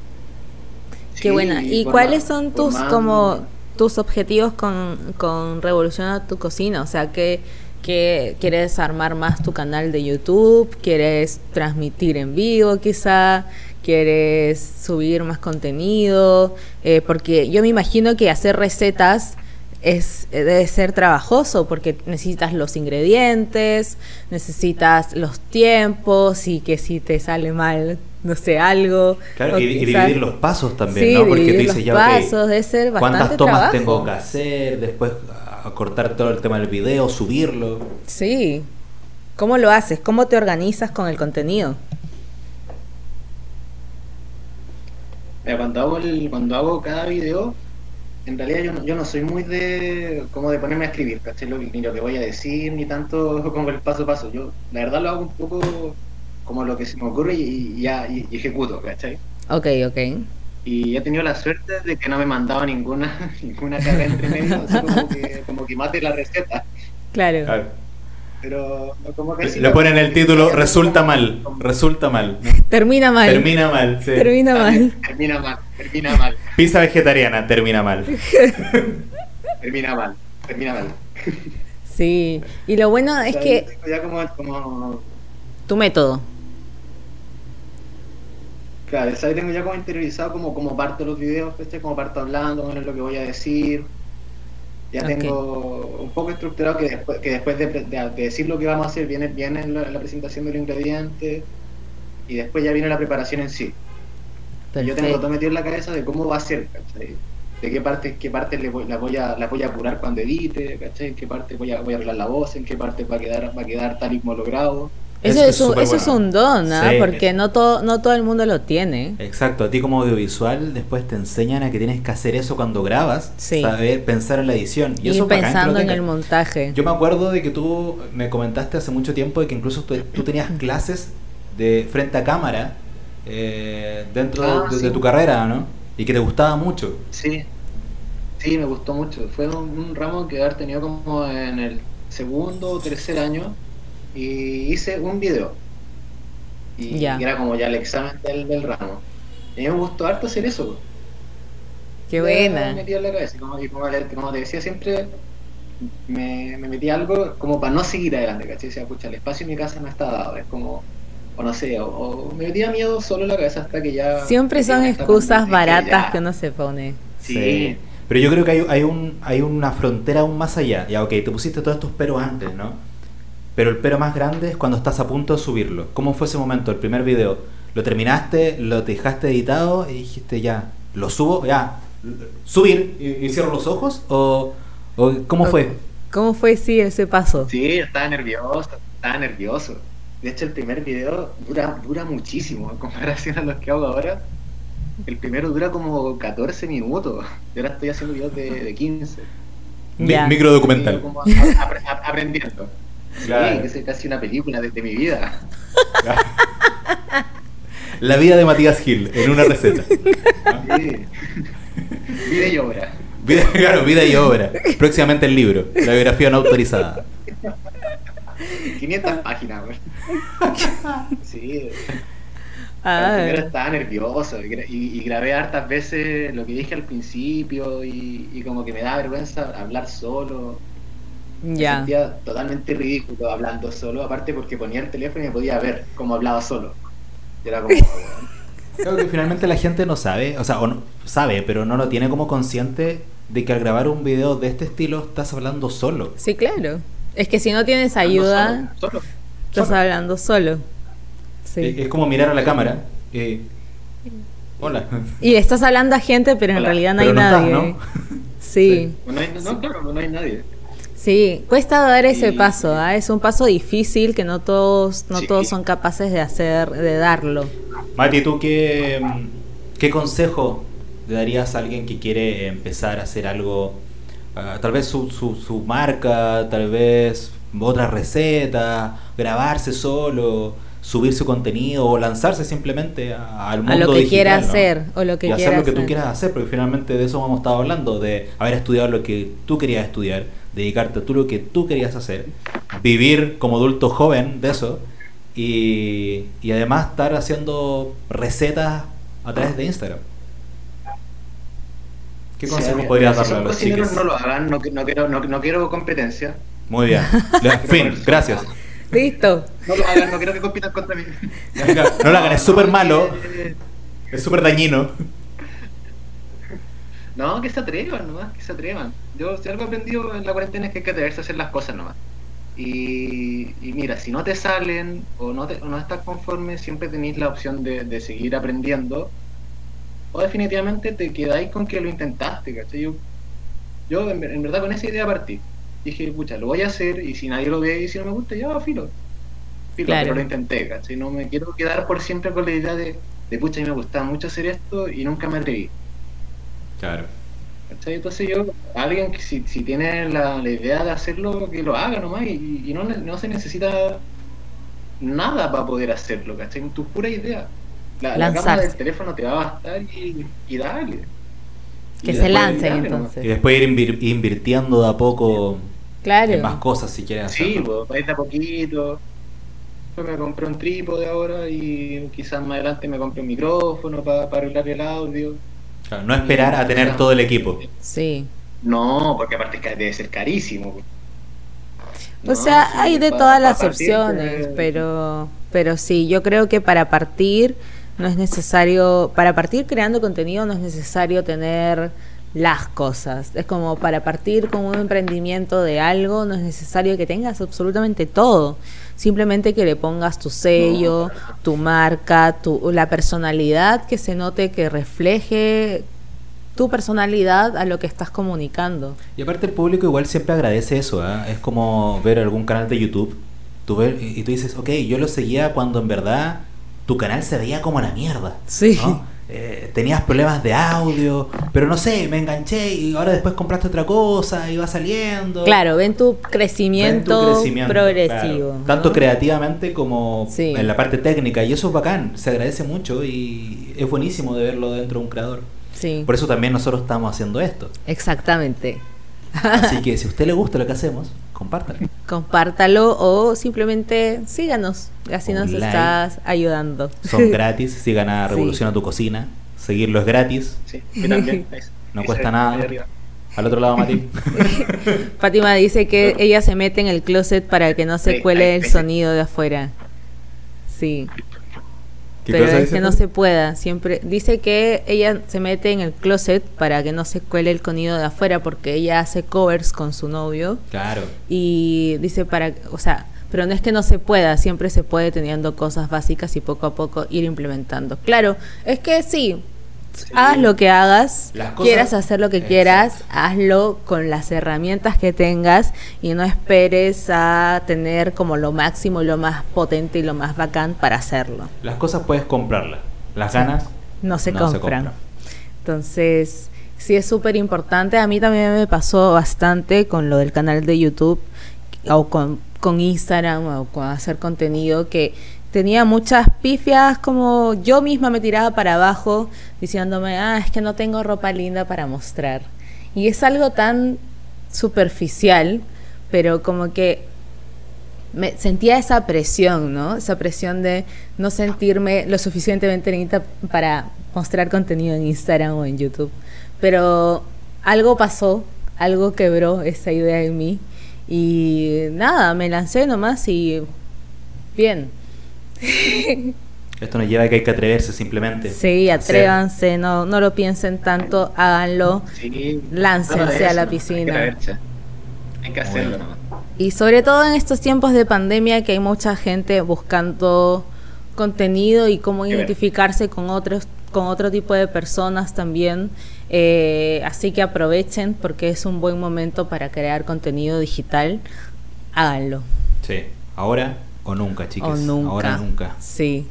Speaker 1: Qué
Speaker 3: Sí,
Speaker 1: buena. ¿Y
Speaker 3: por
Speaker 1: cuáles
Speaker 3: ma-
Speaker 1: son
Speaker 3: por
Speaker 1: tus
Speaker 3: más-
Speaker 1: como tus objetivos con, con Revoluciona tu cocina? O sea, ¿qué, qué quieres armar más tu canal de YouTube? ¿Quieres transmitir en vivo quizá? ¿Quieres subir más contenido? Eh, porque yo me imagino que hacer recetas es eh, debe ser trabajoso porque necesitas los ingredientes, necesitas los tiempos y que si te sale mal, no sé, algo.
Speaker 2: Claro,
Speaker 1: o
Speaker 2: y, y
Speaker 1: quizás-
Speaker 2: dividir los pasos también,
Speaker 1: Sí,
Speaker 2: ¿no? Porque tú
Speaker 1: dividir
Speaker 2: dices,
Speaker 1: los
Speaker 2: ya,
Speaker 1: pasos, debe ser
Speaker 2: ok, ¿cuántas
Speaker 1: bastante
Speaker 2: tomas
Speaker 1: trabajo?
Speaker 2: tengo que hacer? Después a cortar todo el tema del video, subirlo.
Speaker 1: Sí. ¿Cómo lo haces? ¿Cómo te organizas con el contenido?
Speaker 3: Mira, Eh, cuando hago el, cuando hago cada video, en realidad yo no, yo no soy muy de como de ponerme a escribir, ¿cachai? Lo- ni lo que voy a decir, ni tanto como el paso a paso. Yo la verdad lo hago un poco como lo que se me ocurre y, y ya y- y ejecuto, ¿cachai?
Speaker 1: Ok, ok.
Speaker 3: Y he tenido la suerte de que no me he mandado ninguna, ninguna carga entre medio, así como que, como que mate la receta.
Speaker 1: Claro.
Speaker 3: Pero no, como que sí
Speaker 2: Le
Speaker 3: lo-
Speaker 2: ponen el título,
Speaker 3: como-
Speaker 2: resulta mal,
Speaker 3: como-
Speaker 2: resulta mal,
Speaker 1: Termina mal. Termina,
Speaker 2: termina mal, sí.
Speaker 1: mal.
Speaker 3: Termina mal, termina mal,
Speaker 2: Pizza vegetariana, termina mal.
Speaker 3: termina mal, termina mal.
Speaker 1: Sí. Y lo bueno es
Speaker 3: O sea,
Speaker 1: que
Speaker 3: yo tengo ya como, como
Speaker 1: tu método.
Speaker 3: Claro, eso ahí tengo ya como interiorizado como, como parto los videos, ¿cachai? Como parto hablando, bueno, lo que voy a decir. Ya
Speaker 1: Ok.
Speaker 3: tengo un poco estructurado que después, que después de, de- de decir lo que vamos a hacer viene, viene la, la presentación de los ingredientes y después ya viene la preparación en sí. Yo tengo todo
Speaker 1: Perfecto.
Speaker 3: metido en la cabeza de cómo va a ser, ¿cachai? De qué partes qué partes le voy, la, voy a, la voy a apurar cuando edite, ¿cachai? En qué parte voy a, voy a arreglar la voz, en qué parte va a quedar, va a quedar tal y como lo grabo.
Speaker 1: Eso
Speaker 2: Eso
Speaker 1: es
Speaker 2: es
Speaker 1: un,
Speaker 2: súper
Speaker 1: eso es
Speaker 2: bueno.
Speaker 1: un don, ¿ah?
Speaker 2: Sí.
Speaker 1: Porque no todo, no todo el mundo lo tiene.
Speaker 2: Exacto, a ti como audiovisual después te enseñan a que tienes que hacer eso cuando grabas,
Speaker 1: Sí.
Speaker 2: saber pensar en la edición.
Speaker 1: Y
Speaker 2: Y eso es bacán que lo
Speaker 1: pensando en
Speaker 2: tengas.
Speaker 1: el montaje.
Speaker 2: Yo me acuerdo de que tú me comentaste hace mucho tiempo de que incluso tú, tú tenías clases de frente a cámara eh, dentro
Speaker 3: Ah,
Speaker 2: de,
Speaker 3: sí.
Speaker 2: de tu carrera, ¿no? Y que te gustaba mucho.
Speaker 3: Sí, sí, me gustó mucho. Fue un, un ramo que haber tenido como en el segundo o tercer año y hice un video. Y,
Speaker 1: Ya.
Speaker 3: era como ya el examen del, del ramo. Y a mí me gustó harto hacer eso. pues.
Speaker 1: Qué
Speaker 3: Ya
Speaker 1: buena.
Speaker 3: Me metía en la cabeza. Y como, y como le- como te decía siempre, me, me metía algo como para no seguir adelante, ¿cachai? Decía, pucha, el espacio en mi casa no está dado. Es como, o no sé, o, o me metía miedo solo en la cabeza hasta que ya...
Speaker 1: Siempre son excusas baratas que uno se pone.
Speaker 3: Sí.
Speaker 2: Pero yo creo que hay, hay, un, hay una frontera aún más allá. Ya, ok, te pusiste todos estos peros antes, ¿no? Pero el pero más grande es cuando estás a punto de subirlo. ¿Cómo fue ese momento, el primer video? ¿Lo terminaste, lo dejaste editado y dijiste ya, lo subo, ya, l- subir y, y cierro los ojos? ¿O, o cómo fue?
Speaker 1: ¿Cómo fue sí ese paso?
Speaker 3: Sí, yo estaba nervioso, estaba nervioso. De hecho, el primer video dura, dura muchísimo en comparación a los que hago ahora. El primero dura como 14 minutos. Y ahora estoy haciendo videos de, de 15.
Speaker 2: Mi-
Speaker 1: Ya.
Speaker 2: Microdocumental.
Speaker 3: Como a- a- apre- a- aprendiendo.
Speaker 2: Claro.
Speaker 3: Sí, que es casi una película de, de mi vida.
Speaker 2: La vida de Matías Gil en una receta.
Speaker 3: Sí. Vida y obra.
Speaker 2: Vida, claro, vida y obra. Próximamente el libro, la biografía no autorizada.
Speaker 3: 500 páginas, güey. Sí.
Speaker 1: Ah,
Speaker 3: Pero primero estaba nervioso y, gra- y- y grabé hartas veces lo que dije al principio y, y como que me da vergüenza hablar solo. Me
Speaker 1: ya.
Speaker 3: sentía totalmente ridículo hablando solo, aparte porque ponía el teléfono y me podía ver como hablaba solo. Y era como,
Speaker 2: Creo que finalmente la gente no sabe, o sea, o no- sabe, pero no lo tiene como consciente de que al grabar un video de este estilo estás hablando solo.
Speaker 1: Sí, claro. Es que si no tienes ayuda,
Speaker 3: Solo, solo.
Speaker 1: estás
Speaker 2: Solo.
Speaker 1: hablando solo. Sí.
Speaker 2: Eh, Es como mirar a la cámara. eh, hola.
Speaker 1: Y le estás hablando a gente, pero en
Speaker 3: Hola,
Speaker 1: realidad no
Speaker 2: pero
Speaker 1: hay
Speaker 2: no estás,
Speaker 1: nadie.
Speaker 2: ¿no?
Speaker 1: Sí.
Speaker 3: No, hay- no, claro, no hay nadie.
Speaker 1: sí, Sí, cuesta dar ese
Speaker 3: Y-
Speaker 1: paso, ¿ah? es un paso difícil que no todos, no
Speaker 3: Sí.
Speaker 1: todos son capaces de hacer, de darlo.
Speaker 2: Mati, ¿tú qué, mm, qué consejo le darías a alguien que quiere empezar a hacer algo? ah, tal vez su, su- su marca, tal vez otra receta, grabarse solo, subir su contenido o lanzarse simplemente a- al mundo
Speaker 1: A lo que
Speaker 2: digital,
Speaker 1: quiera
Speaker 2: ¿no?
Speaker 1: hacer, o lo que
Speaker 2: y
Speaker 1: quiera
Speaker 2: hacer lo que tú
Speaker 1: hacer.
Speaker 2: quieras hacer, porque finalmente de eso hemos estado hablando, de haber estudiado lo que tú querías estudiar, dedicarte a tú lo que tú querías hacer, vivir como adulto joven de eso, y, y además estar haciendo recetas a través de Instagram. ¿Qué
Speaker 3: Sí,
Speaker 2: consejos
Speaker 3: mira,
Speaker 2: podrías
Speaker 3: si son
Speaker 2: darle a los
Speaker 3: cocineros,
Speaker 2: chiques?
Speaker 3: No lo hagan, no, no quiero, no, no quiero competencia.
Speaker 2: Muy bien. Le- fin, gracias.
Speaker 1: Listo.
Speaker 3: No lo hagan, no quiero que compitan contra mí. eh,
Speaker 2: No lo hagan, es súper malo,
Speaker 3: que-
Speaker 2: es súper dañino.
Speaker 3: No, que se atrevan nomás, que se atrevan. Yo, si algo he aprendido en la cuarentena es que hay que atreverse a hacer las cosas nomás. Y, y mira, si no te salen o no, te- o no estás conforme, siempre tenéis la opción de, de seguir aprendiendo. O definitivamente te quedáis con que lo intentaste, ¿cachai? Yo, yo en, ver- en verdad con esa idea partí. Dije, pucha, lo voy a hacer y si nadie lo ve y si no me gusta, ya, filo. Filo,
Speaker 1: Claro.
Speaker 3: pero lo intenté, ¿cachai? No me quiero quedar por siempre con la idea de, de pucha, a mí me gustaba mucho hacer esto y nunca me atreví.
Speaker 2: Claro.
Speaker 3: ¿Cachai? Entonces yo, alguien que si, si tiene la, la idea de hacerlo, que lo haga nomás y, y no, ne- no se necesita nada para poder hacerlo, ¿cachai? Tu pura idea. La, la
Speaker 1: Lanzarse.
Speaker 3: cámara del teléfono te va a bastar y, y dale. Y
Speaker 1: Que se
Speaker 3: después
Speaker 1: lancen,
Speaker 3: dale nomás.
Speaker 1: entonces.
Speaker 2: Y después ir invir- invirtiendo de a poco en más
Speaker 1: Claro.
Speaker 2: cosas si quieres hacerlo.
Speaker 3: Sí, pues, vais de a poquito. Yo me compré un trípode ahora y quizás más adelante me compré un micrófono para arreglar el audio.
Speaker 2: Claro, no esperar a tener todo el equipo.
Speaker 1: Sí.
Speaker 3: No, porque aparte es que debe ser carísimo. pues.
Speaker 1: O
Speaker 3: No,
Speaker 1: sea,
Speaker 3: sí,
Speaker 1: hay de
Speaker 3: pa-
Speaker 1: todas
Speaker 3: pa
Speaker 1: las
Speaker 3: partir pues. de-
Speaker 1: opciones, pero, pero sí, yo creo que para partir no es necesario, para partir creando contenido no es necesario tener las cosas. Es como para partir con un emprendimiento de algo no es necesario que tengas absolutamente todo. Simplemente que le pongas tu sello, tu marca, tu, la personalidad que se note que refleje tu personalidad a lo que estás comunicando.
Speaker 2: Y aparte el público igual siempre agradece eso, ¿ah? es como ver algún canal de YouTube, tú ves, y y tú dices, ok, yo lo seguía cuando en verdad tu canal se veía como la mierda.
Speaker 1: Sí.
Speaker 2: ¿no? Eh, tenías problemas de audio, pero no sé, me enganché y ahora después compraste otra cosa y va saliendo.
Speaker 1: Claro, ven tu
Speaker 2: Ven tu
Speaker 1: crecimiento,
Speaker 2: crecimiento,
Speaker 1: progresivo.
Speaker 2: claro.
Speaker 1: ¿no?
Speaker 2: Tanto creativamente como
Speaker 1: Sí.
Speaker 2: en la parte técnica, y eso es bacán, se agradece mucho y es buenísimo de verlo dentro de un creador.
Speaker 1: Sí,
Speaker 2: Por eso también nosotros estamos haciendo esto.
Speaker 1: exactamente.
Speaker 2: Así que si a usted le gusta lo que hacemos, compártalo.
Speaker 1: Compártalo o simplemente síganos, así
Speaker 2: Un
Speaker 1: nos
Speaker 2: like.
Speaker 1: estás ayudando.
Speaker 2: Son gratis, sigan a
Speaker 1: Sí.
Speaker 2: Revoluciona tu Cocina. Seguirlo es gratis.
Speaker 3: Sí, yo también. Ahí-
Speaker 2: No
Speaker 3: ahí
Speaker 2: cuesta
Speaker 3: se-
Speaker 2: nada.
Speaker 3: ahí arriba.
Speaker 2: Al otro lado, Mati.
Speaker 1: Fátima dice que ella se mete en el closet para que no
Speaker 3: Sí,
Speaker 1: se
Speaker 3: ahí-
Speaker 1: cuele el
Speaker 3: ahí.
Speaker 1: sonido de afuera. Sí, pero es que no se pueda. Siempre dice que ella se mete en el closet para que no se cuele el sonido de afuera porque ella hace covers con su novio.
Speaker 2: Claro.
Speaker 1: y dice para, o sea, pero no es que no se pueda, siempre se puede teniendo cosas básicas y poco a poco ir implementando. Claro, es que sí, hagas lo que hagas,
Speaker 2: Las cosas-
Speaker 1: quieras hacer lo que quieras, hazlo con las herramientas que tengas y no esperes a tener como lo máximo y lo más potente y lo más bacán para hacerlo.
Speaker 2: Las cosas puedes comprarlas. Las ganas.
Speaker 1: No se
Speaker 2: No se
Speaker 1: compran.
Speaker 2: compran.
Speaker 1: Entonces, sí es súper importante. A mí también me pasó bastante con lo del canal de YouTube o con, con Instagram o con hacer contenido que tenía muchas pifias como yo misma me tiraba para abajo diciéndome, ah, es que no tengo ropa linda para mostrar. Y es algo tan superficial, pero como que me sentía esa presión, ¿no? Esa presión de no sentirme lo suficientemente bonita para mostrar contenido en Instagram o en YouTube. Pero algo pasó, algo quebró esa idea en mí y nada, me lancé nomás y bien.
Speaker 2: Esto nos lleva a que hay que atreverse simplemente.
Speaker 1: Sí,
Speaker 2: A hacer.
Speaker 1: atrévanse, no, no lo piensen tanto, háganlo.
Speaker 3: Sí,
Speaker 1: Láncense
Speaker 3: nada de
Speaker 1: a la
Speaker 3: hay que
Speaker 1: piscina.
Speaker 3: atreverse. Hay que hacerlo
Speaker 2: Bueno.
Speaker 3: nomás.
Speaker 1: Y sobre todo en estos tiempos de pandemia que hay mucha gente buscando contenido y cómo
Speaker 3: Qué bueno.
Speaker 1: identificarse con otros con otro tipo de personas también Eh, así que aprovechen porque es un buen momento para crear contenido digital. Háganlo.
Speaker 2: Sí, ahora o nunca, chicas.
Speaker 1: O nunca.
Speaker 2: Ahora nunca.
Speaker 1: Sí,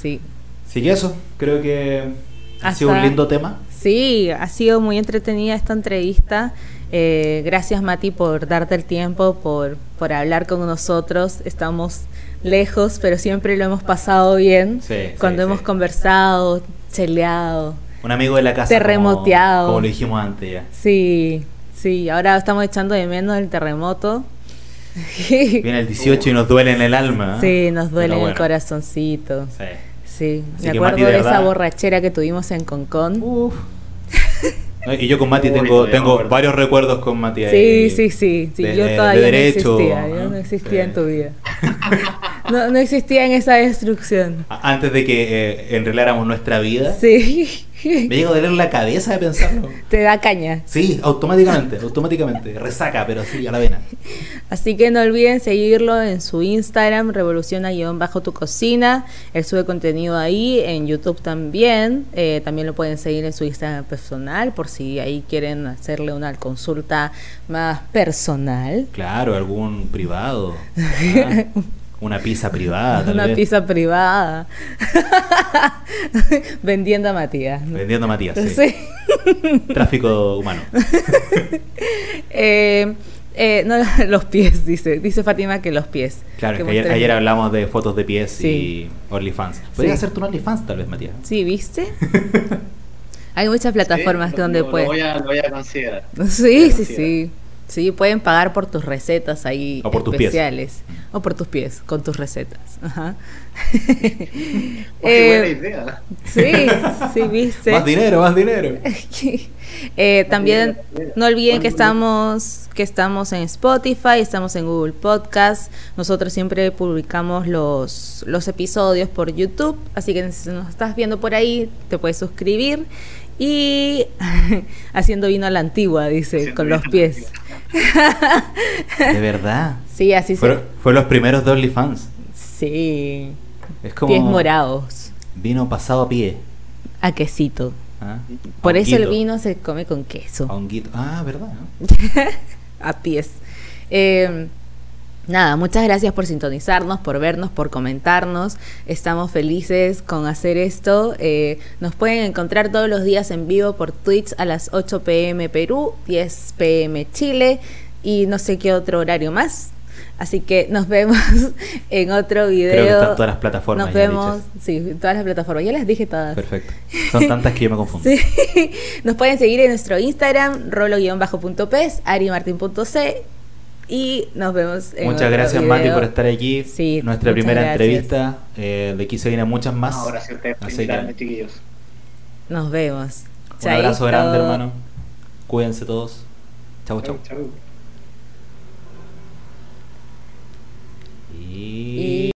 Speaker 1: sí.
Speaker 2: Así que eso, creo que ha
Speaker 1: Hasta-
Speaker 2: sido un lindo tema.
Speaker 1: Sí, ha sido muy entretenida esta entrevista. Eh, gracias Mati por darte el tiempo, por, por hablar con nosotros. Estamos lejos, pero siempre lo hemos pasado bien.
Speaker 2: Sí, sí,
Speaker 1: Cuando
Speaker 2: sí.
Speaker 1: hemos conversado, cheleado.
Speaker 2: Un amigo de la casa. como-
Speaker 1: Terremoteado.
Speaker 2: Como, lo dijimos antes ya.
Speaker 1: Sí, sí, ahora estamos echando de menos el terremoto.
Speaker 2: Viene el 18 y nos duele en el alma. ¿eh?
Speaker 1: Sí, nos duele
Speaker 2: Pero
Speaker 1: el
Speaker 2: bueno,
Speaker 1: corazoncito.
Speaker 2: sí.
Speaker 1: Sí,
Speaker 2: Así
Speaker 1: me
Speaker 2: que,
Speaker 1: acuerdo
Speaker 2: Mati, de
Speaker 1: de esa
Speaker 2: verdad-
Speaker 1: borrachera que tuvimos en Concón.
Speaker 2: No, Y yo con Mati
Speaker 3: Uy,
Speaker 2: tengo,
Speaker 3: todavía me
Speaker 2: tengo
Speaker 3: acuerdo.
Speaker 2: varios recuerdos con Mati ahí.
Speaker 1: Sí, sí, sí, sí,
Speaker 2: De-
Speaker 1: yo
Speaker 2: de- de
Speaker 1: todavía
Speaker 2: derecho,
Speaker 1: no existía, yo no
Speaker 2: ¿eh?
Speaker 1: existía en
Speaker 2: Sí.
Speaker 1: tu vida. No, no existía en esa destrucción.
Speaker 2: A- Antes de que eh, enreláramos nuestra vida.
Speaker 1: Sí,
Speaker 2: Me llega a doler la cabeza de pensarlo.
Speaker 1: te da caña.
Speaker 2: Sí, automáticamente, automáticamente. Resaca, pero sí, a la vena.
Speaker 1: Así que no olviden seguirlo en su Instagram, revoluciona-bajo tu cocina. Él sube contenido ahí, en YouTube también. Eh, también lo pueden seguir en su Instagram personal, por si ahí quieren hacerle una consulta más personal.
Speaker 2: Claro, algún privado. ¿ah? Una pizza privada, tal
Speaker 1: una
Speaker 2: vez.
Speaker 1: pizza privada. Vendiendo a Matías. ¿no?
Speaker 2: Vendiendo a Matías, sí.
Speaker 1: Sí.
Speaker 2: Tráfico humano.
Speaker 1: Eh, eh, no, los pies, dice. Dice Fátima que los pies.
Speaker 2: Claro, es que ayer,
Speaker 1: muestren-
Speaker 2: ayer hablamos de fotos de pies
Speaker 1: Sí.
Speaker 2: y OnlyFans.
Speaker 1: Sí.
Speaker 2: Podrías hacerte un OnlyFans, tal vez, Matías.
Speaker 1: Sí, ¿viste? Hay muchas plataformas
Speaker 3: Sí,
Speaker 1: que
Speaker 3: lo-
Speaker 1: donde
Speaker 3: lo-
Speaker 1: pueden.
Speaker 3: Lo voy a, lo voy a considerar.
Speaker 1: Sí,
Speaker 3: Lo
Speaker 1: sí, sí. Sí, pueden pagar por tus recetas ahí
Speaker 2: O por tus pies.
Speaker 1: especiales. O por tus pies, con tus recetas. Ajá.
Speaker 3: Uy,
Speaker 1: Eh,
Speaker 3: buena idea.
Speaker 1: sí, sí, viste.
Speaker 2: Más dinero, más dinero.
Speaker 1: Eh, también
Speaker 3: idea.
Speaker 1: no olviden que
Speaker 3: Buen
Speaker 1: estamos que estamos en Spotify, estamos en Google Podcast. Nosotros siempre publicamos los, los episodios por YouTube, así que si nos estás viendo por ahí, te puedes suscribir. Y haciendo vino a la antigua, dice,
Speaker 3: Haciendo
Speaker 1: con
Speaker 3: vino
Speaker 1: los
Speaker 3: a la
Speaker 1: pies.
Speaker 2: De verdad.
Speaker 1: Sí, así se...
Speaker 2: Fueron, fue los primeros de OnlyFans.
Speaker 1: Sí,
Speaker 2: Es como.
Speaker 1: pies morados,
Speaker 2: Vino pasado a pie.
Speaker 1: a quesito.
Speaker 2: ¿ah?
Speaker 1: Por
Speaker 2: A
Speaker 1: eso el
Speaker 2: honguito,
Speaker 1: vino se come con queso.
Speaker 2: a honguito. Ah, verdad. ¿no?
Speaker 1: a pies. Eh, nada, muchas gracias por sintonizarnos, por vernos, por comentarnos. Estamos felices con hacer esto. Eh, nos pueden encontrar todos los días en vivo por Twitch a las 8 pm Perú, 10 pm Chile y no sé qué otro horario más. Así que nos vemos en otro video.
Speaker 2: Creo que están todas las plataformas.
Speaker 1: Nos
Speaker 2: ya
Speaker 1: vemos,
Speaker 2: dichas.
Speaker 1: sí, todas las plataformas. Ya las dije todas.
Speaker 2: Perfecto. Son tantas que yo me confundo.
Speaker 1: Sí. Nos pueden seguir en nuestro Instagram, rolo-pes, arimartin.c y nos vemos en
Speaker 2: Muchas
Speaker 1: otro
Speaker 2: gracias,
Speaker 1: video.
Speaker 2: Mati, por estar aquí.
Speaker 1: Sí,
Speaker 2: Nuestra
Speaker 1: muchas
Speaker 2: primera
Speaker 1: gracias.
Speaker 2: entrevista. Eh, de aquí se vienen muchas más.
Speaker 3: Ahora sí, ustedes por
Speaker 2: Así que,
Speaker 3: invitarme, chiquillos.
Speaker 1: Nos vemos.
Speaker 2: un abrazo
Speaker 1: Chaito.
Speaker 2: grande, hermano. Cuídense todos. Chau, chau.
Speaker 3: Chau, chau.
Speaker 2: Y...